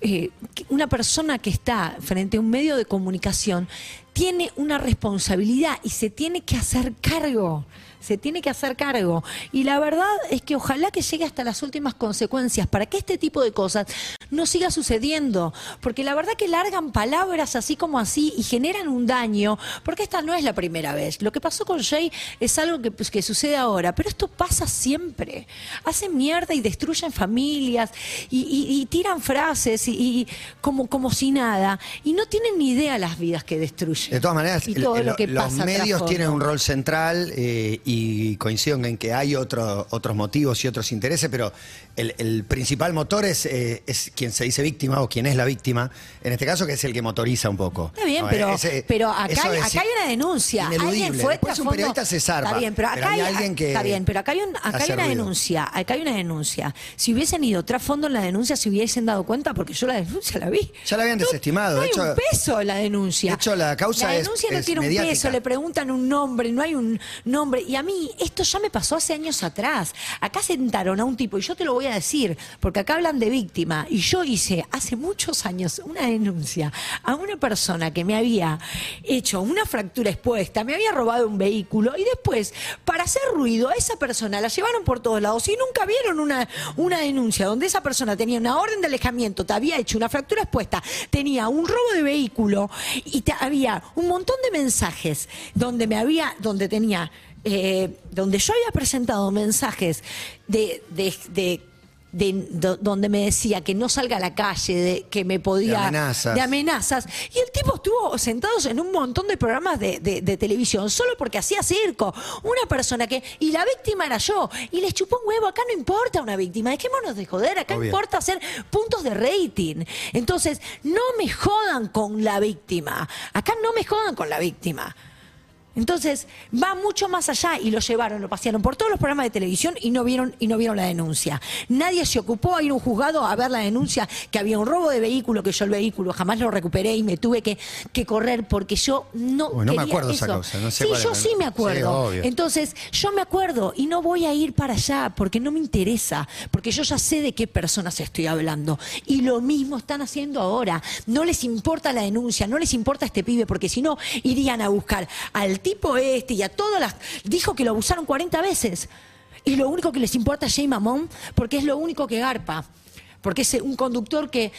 [SPEAKER 6] eh, que- una persona que está frente a un medio de comunicación tiene una responsabilidad y se tiene que hacer cargo. Se tiene que hacer cargo. Y la verdad es que ojalá que llegue hasta las últimas consecuencias para que este tipo de cosas no siga sucediendo. Porque la verdad que largan palabras así como así y generan un daño. Porque esta no es la primera vez. Lo que pasó con Jay es algo que, pues, que sucede ahora. Pero esto pasa siempre. Hacen mierda y destruyen familias y, y- y tiran frases y, y como, como si nada. Y no tienen ni idea las vidas que destruyen.
[SPEAKER 5] De todas maneras,
[SPEAKER 6] y
[SPEAKER 5] el-
[SPEAKER 6] todo
[SPEAKER 5] el-
[SPEAKER 6] lo que
[SPEAKER 5] los
[SPEAKER 6] pasa
[SPEAKER 5] medios
[SPEAKER 6] trasfondo.
[SPEAKER 5] tienen un rol central eh, y coincido en que hay otro- otros motivos y otros intereses, pero el, el principal motor es, eh, es quien se dice víctima o quien es la víctima, en este caso que es el que motoriza un poco.
[SPEAKER 6] Está bien,
[SPEAKER 5] No,
[SPEAKER 6] pero,
[SPEAKER 5] ese-
[SPEAKER 6] pero acá,
[SPEAKER 5] eso
[SPEAKER 6] hay,
[SPEAKER 5] es
[SPEAKER 6] acá hay una denuncia.
[SPEAKER 5] ineludible.
[SPEAKER 6] Alguien fue
[SPEAKER 5] Después un
[SPEAKER 6] trasfondo-
[SPEAKER 5] periodista se zarpa.
[SPEAKER 6] Está bien, pero acá
[SPEAKER 5] hay,
[SPEAKER 6] hay,
[SPEAKER 5] alguien que
[SPEAKER 6] está bien, pero acá hay, un- acá hay
[SPEAKER 5] hace
[SPEAKER 6] una
[SPEAKER 5] ruido.
[SPEAKER 6] denuncia. Acá hay una denuncia. Si hubiesen ido trasfondo en la denuncia, se hubiesen dado cuenta, porque yo la denuncia la vi.
[SPEAKER 5] Ya la habían
[SPEAKER 6] No-
[SPEAKER 5] desestimado,
[SPEAKER 6] No,
[SPEAKER 5] de
[SPEAKER 6] hay
[SPEAKER 5] hecho-
[SPEAKER 6] un peso en la denuncia.
[SPEAKER 5] de hecho, la causa
[SPEAKER 6] La
[SPEAKER 5] es-
[SPEAKER 6] denuncia no
[SPEAKER 5] es
[SPEAKER 6] tiene
[SPEAKER 5] mediática.
[SPEAKER 6] un peso, le preguntan un nombre, no hay un nombre. Y a mí, esto ya me pasó hace años atrás. Acá sentaron a un tipo, y yo te lo voy a decir, porque acá hablan de víctima, y yo hice hace muchos años una denuncia a una persona que me había hecho una fractura expuesta, me había robado un vehículo, y después, para hacer ruido, a esa persona la llevaron por todos lados y nunca vieron una, una denuncia donde esa persona tenía una orden de alejamiento, te había hecho una fractura expuesta, tenía un robo de vehículo y te, había un montón de mensajes donde me había, donde tenía, eh, donde yo había presentado mensajes de, de- de- de- do- donde me decía que no salga a la calle, de, que me podía...
[SPEAKER 5] De amenazas.
[SPEAKER 6] de amenazas. Y el tipo estuvo sentado en un montón de programas de, de- de televisión solo porque hacía circo. Una persona que. Y la víctima era yo. Y les chupó un huevo. Acá no importa una víctima. Dejémonos de joder. Acá
[SPEAKER 5] Obvio.
[SPEAKER 6] importa hacer puntos de rating. Entonces, no me jodan con la víctima. Acá no me jodan con la víctima. Entonces, va mucho más allá y lo llevaron, lo pasearon por todos los programas de televisión y no vieron, y no vieron la denuncia. Nadie se ocupó a ir a un juzgado a ver la denuncia que había un robo de vehículo, que yo el vehículo jamás lo recuperé y me tuve que, que correr porque yo no.
[SPEAKER 5] Uy, no me
[SPEAKER 6] quería
[SPEAKER 5] acuerdo esa
[SPEAKER 6] eso.
[SPEAKER 5] causa, no sé
[SPEAKER 6] Sí,
[SPEAKER 5] cuál
[SPEAKER 6] yo
[SPEAKER 5] era.
[SPEAKER 6] sí me acuerdo.
[SPEAKER 5] Sí, obvio.
[SPEAKER 6] Entonces, yo me acuerdo y no voy a ir para allá porque no me interesa, porque yo ya sé de qué personas estoy hablando. Y lo mismo están haciendo ahora. No les importa la denuncia, no les importa este pibe, porque si no, irían a buscar al tipo este y a todas las... Dijo que lo abusaron 40 veces. Y lo único que les importa es Jay Mamón, porque es lo único que garpa. Porque es un conductor que...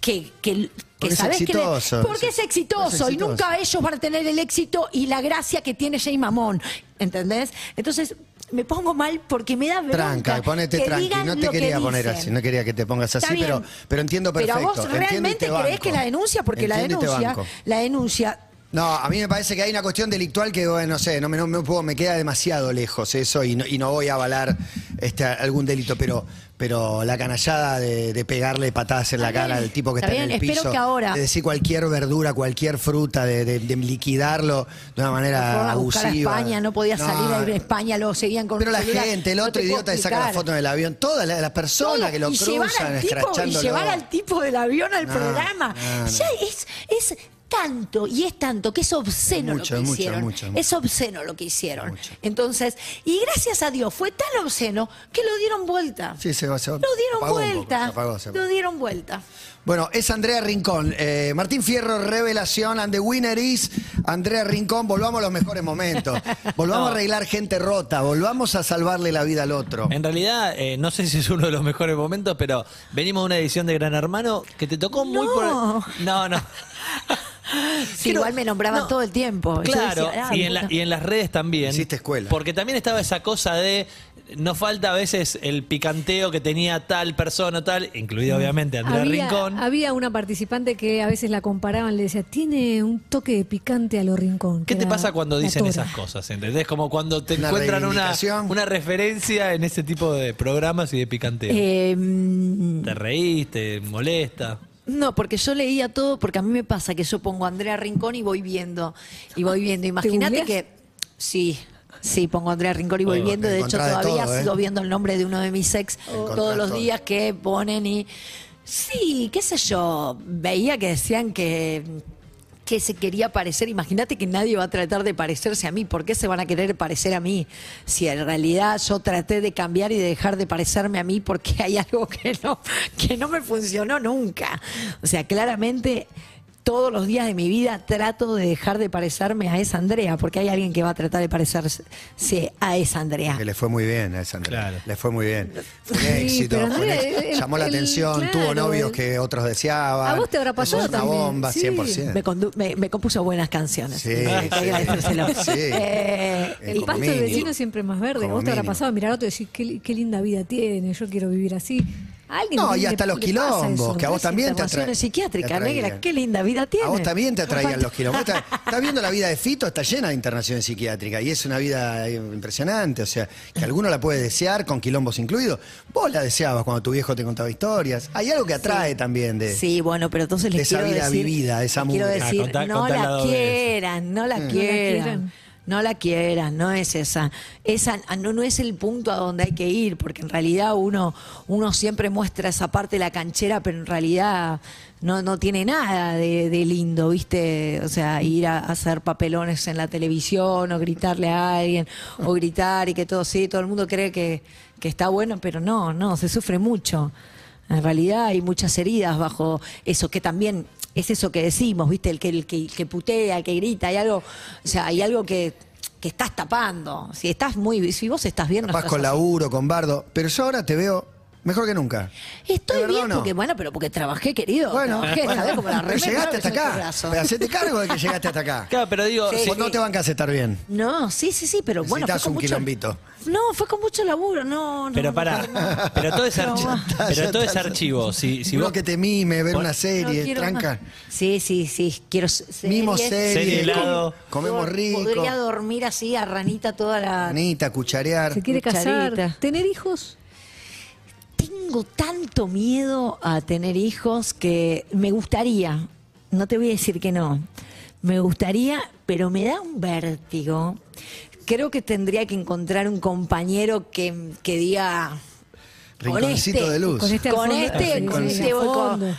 [SPEAKER 6] Que, que, que
[SPEAKER 5] Porque es
[SPEAKER 6] sabés que le-
[SPEAKER 5] exitoso.
[SPEAKER 6] porque es exitoso,
[SPEAKER 5] Es
[SPEAKER 6] y nunca ellos van a tener el éxito y la gracia que tiene Jay Mamón. ¿Entendés? Entonces, me pongo mal porque me da bronca.
[SPEAKER 5] Tranca, eh, ponete
[SPEAKER 6] que
[SPEAKER 5] tranqui.
[SPEAKER 6] digan
[SPEAKER 5] No te
[SPEAKER 6] lo que
[SPEAKER 5] quería poner
[SPEAKER 6] dicen.
[SPEAKER 5] así, no quería que te pongas
[SPEAKER 6] Está
[SPEAKER 5] así,
[SPEAKER 6] bien.
[SPEAKER 5] pero, pero entiendo perfecto.
[SPEAKER 6] Pero vos
[SPEAKER 5] entiendo y te
[SPEAKER 6] realmente crees
[SPEAKER 5] banco.
[SPEAKER 6] que la denuncia, porque la
[SPEAKER 5] Entiendo y te
[SPEAKER 6] denuncia,
[SPEAKER 5] banco.
[SPEAKER 6] la denuncia
[SPEAKER 5] No, a mí me parece que hay una cuestión delictual que, bueno, no sé, no me, no me puedo, me queda demasiado lejos eso y no, y no voy a avalar este, algún delito, pero, Pero la canallada de, de pegarle patadas en la
[SPEAKER 7] Está
[SPEAKER 5] cara
[SPEAKER 7] bien,
[SPEAKER 5] al tipo que
[SPEAKER 7] está
[SPEAKER 5] está, en el
[SPEAKER 7] bien, espero
[SPEAKER 5] piso,
[SPEAKER 7] que ahora-
[SPEAKER 5] de decir cualquier verdura, cualquier fruta, de, de- de liquidarlo de una manera
[SPEAKER 6] Fueron a buscar a
[SPEAKER 5] abusiva.
[SPEAKER 6] España, no podía salir
[SPEAKER 5] No,
[SPEAKER 6] a ir a España, lo seguían con
[SPEAKER 5] Pero
[SPEAKER 6] un
[SPEAKER 5] la
[SPEAKER 6] celular.
[SPEAKER 5] gente, el
[SPEAKER 6] No
[SPEAKER 5] otro
[SPEAKER 6] te puedo
[SPEAKER 5] idiota que saca la
[SPEAKER 6] explicar.
[SPEAKER 5] foto del avión, todas las las personas
[SPEAKER 6] Todo,
[SPEAKER 5] que lo
[SPEAKER 6] y llevar
[SPEAKER 5] cruzan,
[SPEAKER 6] al tipo-
[SPEAKER 5] escrachándolo.
[SPEAKER 6] Y llevar al tipo del avión al
[SPEAKER 5] No,
[SPEAKER 6] programa.
[SPEAKER 5] no, no.
[SPEAKER 6] Ya es, es tanto, y es tanto, que es obsceno
[SPEAKER 5] Mucho,
[SPEAKER 6] lo que
[SPEAKER 5] mucho,
[SPEAKER 6] hicieron.
[SPEAKER 5] mucho, mucho.
[SPEAKER 6] Es obsceno lo que hicieron.
[SPEAKER 5] Mucho.
[SPEAKER 6] Entonces, y gracias a Dios, fue tan obsceno que lo dieron vuelta.
[SPEAKER 5] Sí, se, se
[SPEAKER 6] Lo dieron
[SPEAKER 5] apagó un poco,
[SPEAKER 6] vuelta.
[SPEAKER 5] se apagó, se apagó.
[SPEAKER 6] Lo dieron vuelta.
[SPEAKER 5] Bueno, es Andrea Rincón. Eh, Martín Fierro, revelación, and the winner is Andrea Rincón. Volvamos a los mejores
[SPEAKER 7] *laughs*
[SPEAKER 5] momentos. Volvamos a arreglar gente rota. Volvamos a salvarle la vida al otro.
[SPEAKER 8] En realidad, eh, no sé si es uno de los mejores momentos, pero venimos de una edición de Gran Hermano que te tocó muy por.
[SPEAKER 6] No. *laughs*
[SPEAKER 8] No, no.
[SPEAKER 6] Sí,
[SPEAKER 8] Quiero-
[SPEAKER 6] igual me nombraban
[SPEAKER 8] no.
[SPEAKER 6] todo el tiempo. Yo
[SPEAKER 8] Claro,
[SPEAKER 6] decía, ah,
[SPEAKER 8] y, en la-
[SPEAKER 6] bueno.
[SPEAKER 8] y en las redes también.
[SPEAKER 5] Hiciste escuela.
[SPEAKER 8] Porque también estaba esa cosa de. No falta a veces el picanteo que tenía tal persona, tal, incluido
[SPEAKER 6] Mm.
[SPEAKER 8] obviamente Andrea Rincón.
[SPEAKER 7] había una participante que a veces la comparaban, le decía, tiene un toque de picante a lo rincón.
[SPEAKER 8] ¿Qué
[SPEAKER 7] que
[SPEAKER 8] te
[SPEAKER 7] era
[SPEAKER 8] pasa cuando
[SPEAKER 7] la
[SPEAKER 8] dicen
[SPEAKER 7] tora.
[SPEAKER 8] esas cosas? ¿Entendés? Como cuando te
[SPEAKER 5] Una
[SPEAKER 8] encuentran una,
[SPEAKER 5] reivindicación.
[SPEAKER 8] una referencia en ese tipo de programas y de picanteo.
[SPEAKER 6] Eh, mm,
[SPEAKER 8] ¿Te reís? ¿Te molesta?
[SPEAKER 6] No, porque yo leía todo, porque a mí me pasa que yo pongo Andrea Rincón y voy viendo. Y voy viendo. Imagínate
[SPEAKER 7] googleás?
[SPEAKER 6] que. Sí. Sí, pongo Andrea Rincón y voy
[SPEAKER 8] Oh,
[SPEAKER 6] viendo. De hecho,
[SPEAKER 5] encontrás de
[SPEAKER 6] todavía
[SPEAKER 5] todo, ¿eh?
[SPEAKER 6] sigo viendo el nombre de uno de mis ex
[SPEAKER 5] Encontrás
[SPEAKER 6] todos los
[SPEAKER 5] todo.
[SPEAKER 6] días que ponen y. Sí, qué sé yo. Veía que decían que que se quería parecer, imagínate que nadie va a tratar de parecerse a mí, ¿por qué se van a querer parecer a mí? Si en realidad yo traté de cambiar y de dejar de parecerme a mí porque hay algo que no, que no me funcionó nunca. O sea, claramente todos los días de mi vida trato de dejar de parecerme a esa Andrea, porque hay alguien que va a tratar de parecerse a esa Andrea.
[SPEAKER 5] Que le fue muy bien a esa Andrea.
[SPEAKER 8] Claro.
[SPEAKER 5] Le fue muy bien. Fue un
[SPEAKER 7] Sí,
[SPEAKER 5] éxito. fue
[SPEAKER 7] pero
[SPEAKER 5] un
[SPEAKER 7] Andrea,
[SPEAKER 5] éxito.
[SPEAKER 7] el-
[SPEAKER 5] Llamó la
[SPEAKER 7] el-
[SPEAKER 5] atención,
[SPEAKER 7] claro,
[SPEAKER 5] tuvo novios
[SPEAKER 7] el-
[SPEAKER 5] que otros deseaban.
[SPEAKER 7] A vos te habrá
[SPEAKER 5] Eso
[SPEAKER 7] pasado
[SPEAKER 5] es una
[SPEAKER 7] también,
[SPEAKER 5] bomba,
[SPEAKER 7] sí. Ah,
[SPEAKER 5] 100%.
[SPEAKER 6] Me, condu- me- me compuso buenas canciones.
[SPEAKER 5] Sí,
[SPEAKER 6] Hay que
[SPEAKER 5] sí,
[SPEAKER 6] agradecérselo.
[SPEAKER 5] sí.
[SPEAKER 6] Eh,
[SPEAKER 5] Eh,
[SPEAKER 7] El
[SPEAKER 5] como
[SPEAKER 7] pasto del
[SPEAKER 5] mínimo.
[SPEAKER 7] vecino siempre es más verde.
[SPEAKER 5] Como
[SPEAKER 7] Vos te habrá
[SPEAKER 5] mínimo.
[SPEAKER 7] pasado a mirar a otro y decir, qué, li- qué linda vida tiene, yo quiero vivir así. A alguien
[SPEAKER 5] No,
[SPEAKER 7] le-
[SPEAKER 5] y hasta
[SPEAKER 7] le-
[SPEAKER 5] los
[SPEAKER 7] le pasa
[SPEAKER 5] quilombos,
[SPEAKER 7] eso.
[SPEAKER 5] que a vos
[SPEAKER 6] Tres
[SPEAKER 5] también te
[SPEAKER 6] internaciones
[SPEAKER 5] atraen.
[SPEAKER 6] psiquiátricas,
[SPEAKER 5] te atraían.
[SPEAKER 6] negra, qué linda vida
[SPEAKER 5] A vos
[SPEAKER 6] tiene.
[SPEAKER 5] también te atraían
[SPEAKER 6] Aparte-
[SPEAKER 5] los
[SPEAKER 6] *laughs*
[SPEAKER 5] quilombos. Vos Estás, estás viendo la vida de Fito, está llena de internaciones psiquiátricas y es una vida eh, impresionante. O sea, que alguno la puede desear, con quilombos incluidos. Vos la deseabas cuando tu viejo te contaba historias. Hay algo que atrae también de.
[SPEAKER 6] Sí, bueno, pero entonces
[SPEAKER 5] de
[SPEAKER 6] les
[SPEAKER 5] esa
[SPEAKER 6] quiero
[SPEAKER 5] vida
[SPEAKER 6] decir,
[SPEAKER 5] vivida, de esa
[SPEAKER 6] les quiero
[SPEAKER 5] mugre.
[SPEAKER 6] decir,
[SPEAKER 8] Ah, contá-
[SPEAKER 6] no,
[SPEAKER 8] contá el
[SPEAKER 6] la
[SPEAKER 8] lado B de eso.
[SPEAKER 6] quieran, no la
[SPEAKER 5] Mm.
[SPEAKER 6] quieran,
[SPEAKER 7] quieran.
[SPEAKER 6] no la quieran, no es esa, esa ah, no, no es el punto a donde hay que ir, porque en realidad uno uno siempre muestra esa parte de la canchera, pero en realidad no, no tiene nada de, de lindo, ¿viste? O sea, ir a, a hacer papelones en la televisión o gritarle a alguien o gritar y que todo sí, todo el mundo cree que, que está bueno, pero no, no, se sufre mucho. En realidad hay muchas heridas bajo eso, que también es eso que decimos, ¿viste? El que, el que, el que putea, el que grita, hay algo, o sea, hay algo que, que estás tapando. Si estás muy, si vos estás bien, no
[SPEAKER 5] Capaz
[SPEAKER 6] estás
[SPEAKER 5] con
[SPEAKER 6] así.
[SPEAKER 5] laburo, con bardo. Pero yo ahora te veo mejor que nunca. ¿De
[SPEAKER 6] Estoy
[SPEAKER 5] verdad
[SPEAKER 6] bien
[SPEAKER 5] o no?
[SPEAKER 6] porque, bueno, pero porque trabajé, querido.
[SPEAKER 5] Bueno,
[SPEAKER 6] trabajé,
[SPEAKER 5] bueno,
[SPEAKER 6] ¿sabés? Como la
[SPEAKER 5] pero
[SPEAKER 6] remera,
[SPEAKER 5] llegaste
[SPEAKER 6] ¿no?
[SPEAKER 5] hasta
[SPEAKER 6] Yo
[SPEAKER 5] acá.
[SPEAKER 6] brazo.
[SPEAKER 5] Pero hacete cargo
[SPEAKER 6] *laughs*
[SPEAKER 5] de que llegaste hasta acá.
[SPEAKER 8] Claro, pero digo,
[SPEAKER 6] Sí,
[SPEAKER 5] Vos
[SPEAKER 6] sí.
[SPEAKER 5] no te bancas a estar bien.
[SPEAKER 6] No, sí, sí, sí, pero bueno.
[SPEAKER 5] Necesitas
[SPEAKER 6] fue con
[SPEAKER 5] un
[SPEAKER 6] mucho-
[SPEAKER 5] quilombito.
[SPEAKER 6] No, fue con mucho laburo, no, no.
[SPEAKER 8] Pero
[SPEAKER 6] no,
[SPEAKER 8] para,
[SPEAKER 6] no.
[SPEAKER 8] pero todo es
[SPEAKER 6] No,
[SPEAKER 8] archivo,
[SPEAKER 6] va.
[SPEAKER 8] pero todo es archivo. Si, si
[SPEAKER 5] Uno
[SPEAKER 8] vos,
[SPEAKER 5] que te mime, ver
[SPEAKER 8] Pon-
[SPEAKER 5] una
[SPEAKER 6] No
[SPEAKER 5] serie,
[SPEAKER 6] quiero
[SPEAKER 5] tranca.
[SPEAKER 6] Sí, sí, sí. Quiero ser.
[SPEAKER 5] Mimo serie,
[SPEAKER 8] Serie helado.
[SPEAKER 5] comemos rico.
[SPEAKER 6] Podría dormir así a ranita toda la.
[SPEAKER 5] Anita, cucharear.
[SPEAKER 7] Se quiere casar,
[SPEAKER 6] Cucharita.
[SPEAKER 7] tener hijos.
[SPEAKER 6] Tengo tanto miedo a tener hijos que me gustaría, no te voy a decir que no, me gustaría, pero me da un vértigo. Creo que tendría que encontrar un compañero que, que diga...
[SPEAKER 5] Rinconcito
[SPEAKER 6] este,
[SPEAKER 5] de luz.
[SPEAKER 7] con este al
[SPEAKER 6] Con
[SPEAKER 7] fondo-
[SPEAKER 6] este,
[SPEAKER 7] Sí,
[SPEAKER 6] con
[SPEAKER 7] sí,
[SPEAKER 6] este
[SPEAKER 7] al
[SPEAKER 6] voy con-
[SPEAKER 7] fondo.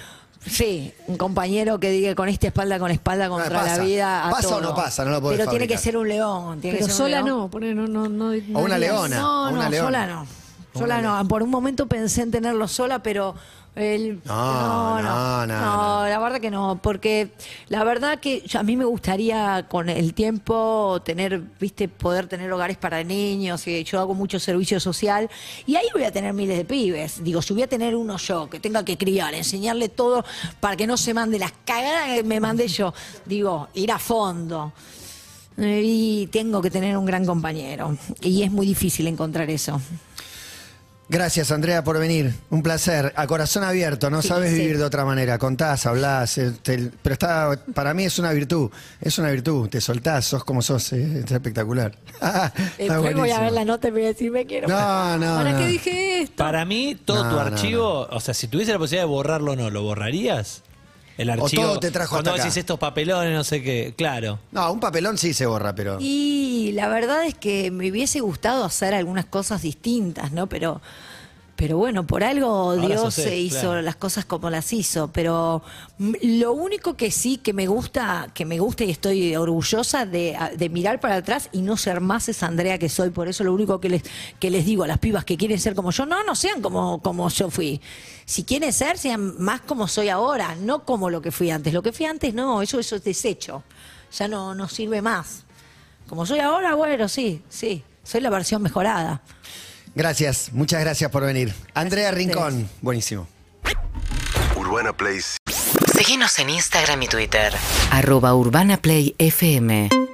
[SPEAKER 6] Sí, un compañero que diga con esta espalda con espalda contra
[SPEAKER 5] Ah, pasa.
[SPEAKER 6] la vida. a
[SPEAKER 5] Pasa o
[SPEAKER 6] todo.
[SPEAKER 5] no pasa, no lo podés
[SPEAKER 6] Pero tiene que
[SPEAKER 5] fabricar.
[SPEAKER 6] ser un león. Tiene que ser
[SPEAKER 7] Pero
[SPEAKER 6] un
[SPEAKER 7] sola
[SPEAKER 6] león.
[SPEAKER 7] no, poné, no, no, no, no
[SPEAKER 5] una
[SPEAKER 7] harías.
[SPEAKER 5] leona.
[SPEAKER 6] No,
[SPEAKER 5] a una
[SPEAKER 6] no,
[SPEAKER 5] leona.
[SPEAKER 6] sola no. Sola no. Por un momento pensé en tenerlo sola, pero el,
[SPEAKER 5] No, no, no, no.
[SPEAKER 6] la verdad que no, porque la verdad que yo- a mí me gustaría con el tiempo tener, viste, poder tener hogares para niños, y yo hago mucho servicio social y ahí voy a tener miles de pibes. Digo, si voy a tener uno yo que tenga que criar, enseñarle todo para que no se mande las cagadas que me mandé yo, digo, ir a fondo. Eh, Y tengo que tener un gran compañero. Y es muy difícil encontrar eso.
[SPEAKER 5] Gracias, Andrea, por venir. Un placer. A corazón abierto, no
[SPEAKER 6] Sí,
[SPEAKER 5] sabes
[SPEAKER 6] sí.
[SPEAKER 5] vivir de otra manera. Contás, hablás, eh, te- pero está, para mí es una virtud. Es una virtud. Te soltás, sos como sos. eh, está espectacular. *laughs* está
[SPEAKER 6] Después voy a
[SPEAKER 5] buenísimo.
[SPEAKER 6] ver la nota y voy a decir, me quiero.
[SPEAKER 5] No, no.
[SPEAKER 7] ¿Para
[SPEAKER 5] no.
[SPEAKER 7] qué dije esto?
[SPEAKER 8] Para mí, todo
[SPEAKER 5] No,
[SPEAKER 8] tu
[SPEAKER 5] no,
[SPEAKER 8] archivo, o sea, si tuviese la posibilidad de borrarlo o no, ¿lo borrarías? El
[SPEAKER 5] O
[SPEAKER 8] archivo.
[SPEAKER 5] todo te trajo
[SPEAKER 8] Cuando
[SPEAKER 5] hasta acá.
[SPEAKER 8] decís estos papelones, no sé qué. Claro.
[SPEAKER 5] No, un papelón sí se borra, pero.
[SPEAKER 6] Y la verdad es que me hubiese gustado hacer algunas cosas distintas, ¿no? Pero, pero bueno, por algo
[SPEAKER 8] Ahora
[SPEAKER 6] Dios
[SPEAKER 8] sos él,
[SPEAKER 6] se hizo
[SPEAKER 8] claro.
[SPEAKER 6] las cosas como las hizo. Pero mm, lo único que sí que me gusta, que me gusta y estoy orgullosa de, de mirar para atrás y no ser más esa Andrea que soy. Por eso lo único que les, que les digo a las pibas que quieren ser como yo, no, no sean como, como yo fui. Si quieren ser, sean más como soy ahora, no como lo que fui antes. Lo que fui antes, no, eso, eso es desecho. Ya no, no sirve más. Como soy ahora, bueno, sí, sí. Soy la versión mejorada.
[SPEAKER 5] Gracias, muchas gracias por venir. Andrea
[SPEAKER 6] Gracias a ustedes.
[SPEAKER 5] Rincón, buenísimo.
[SPEAKER 4] Urbana Play
[SPEAKER 1] Seguinos en Instagram y Twitter.
[SPEAKER 2] arroba urbanaplayfm.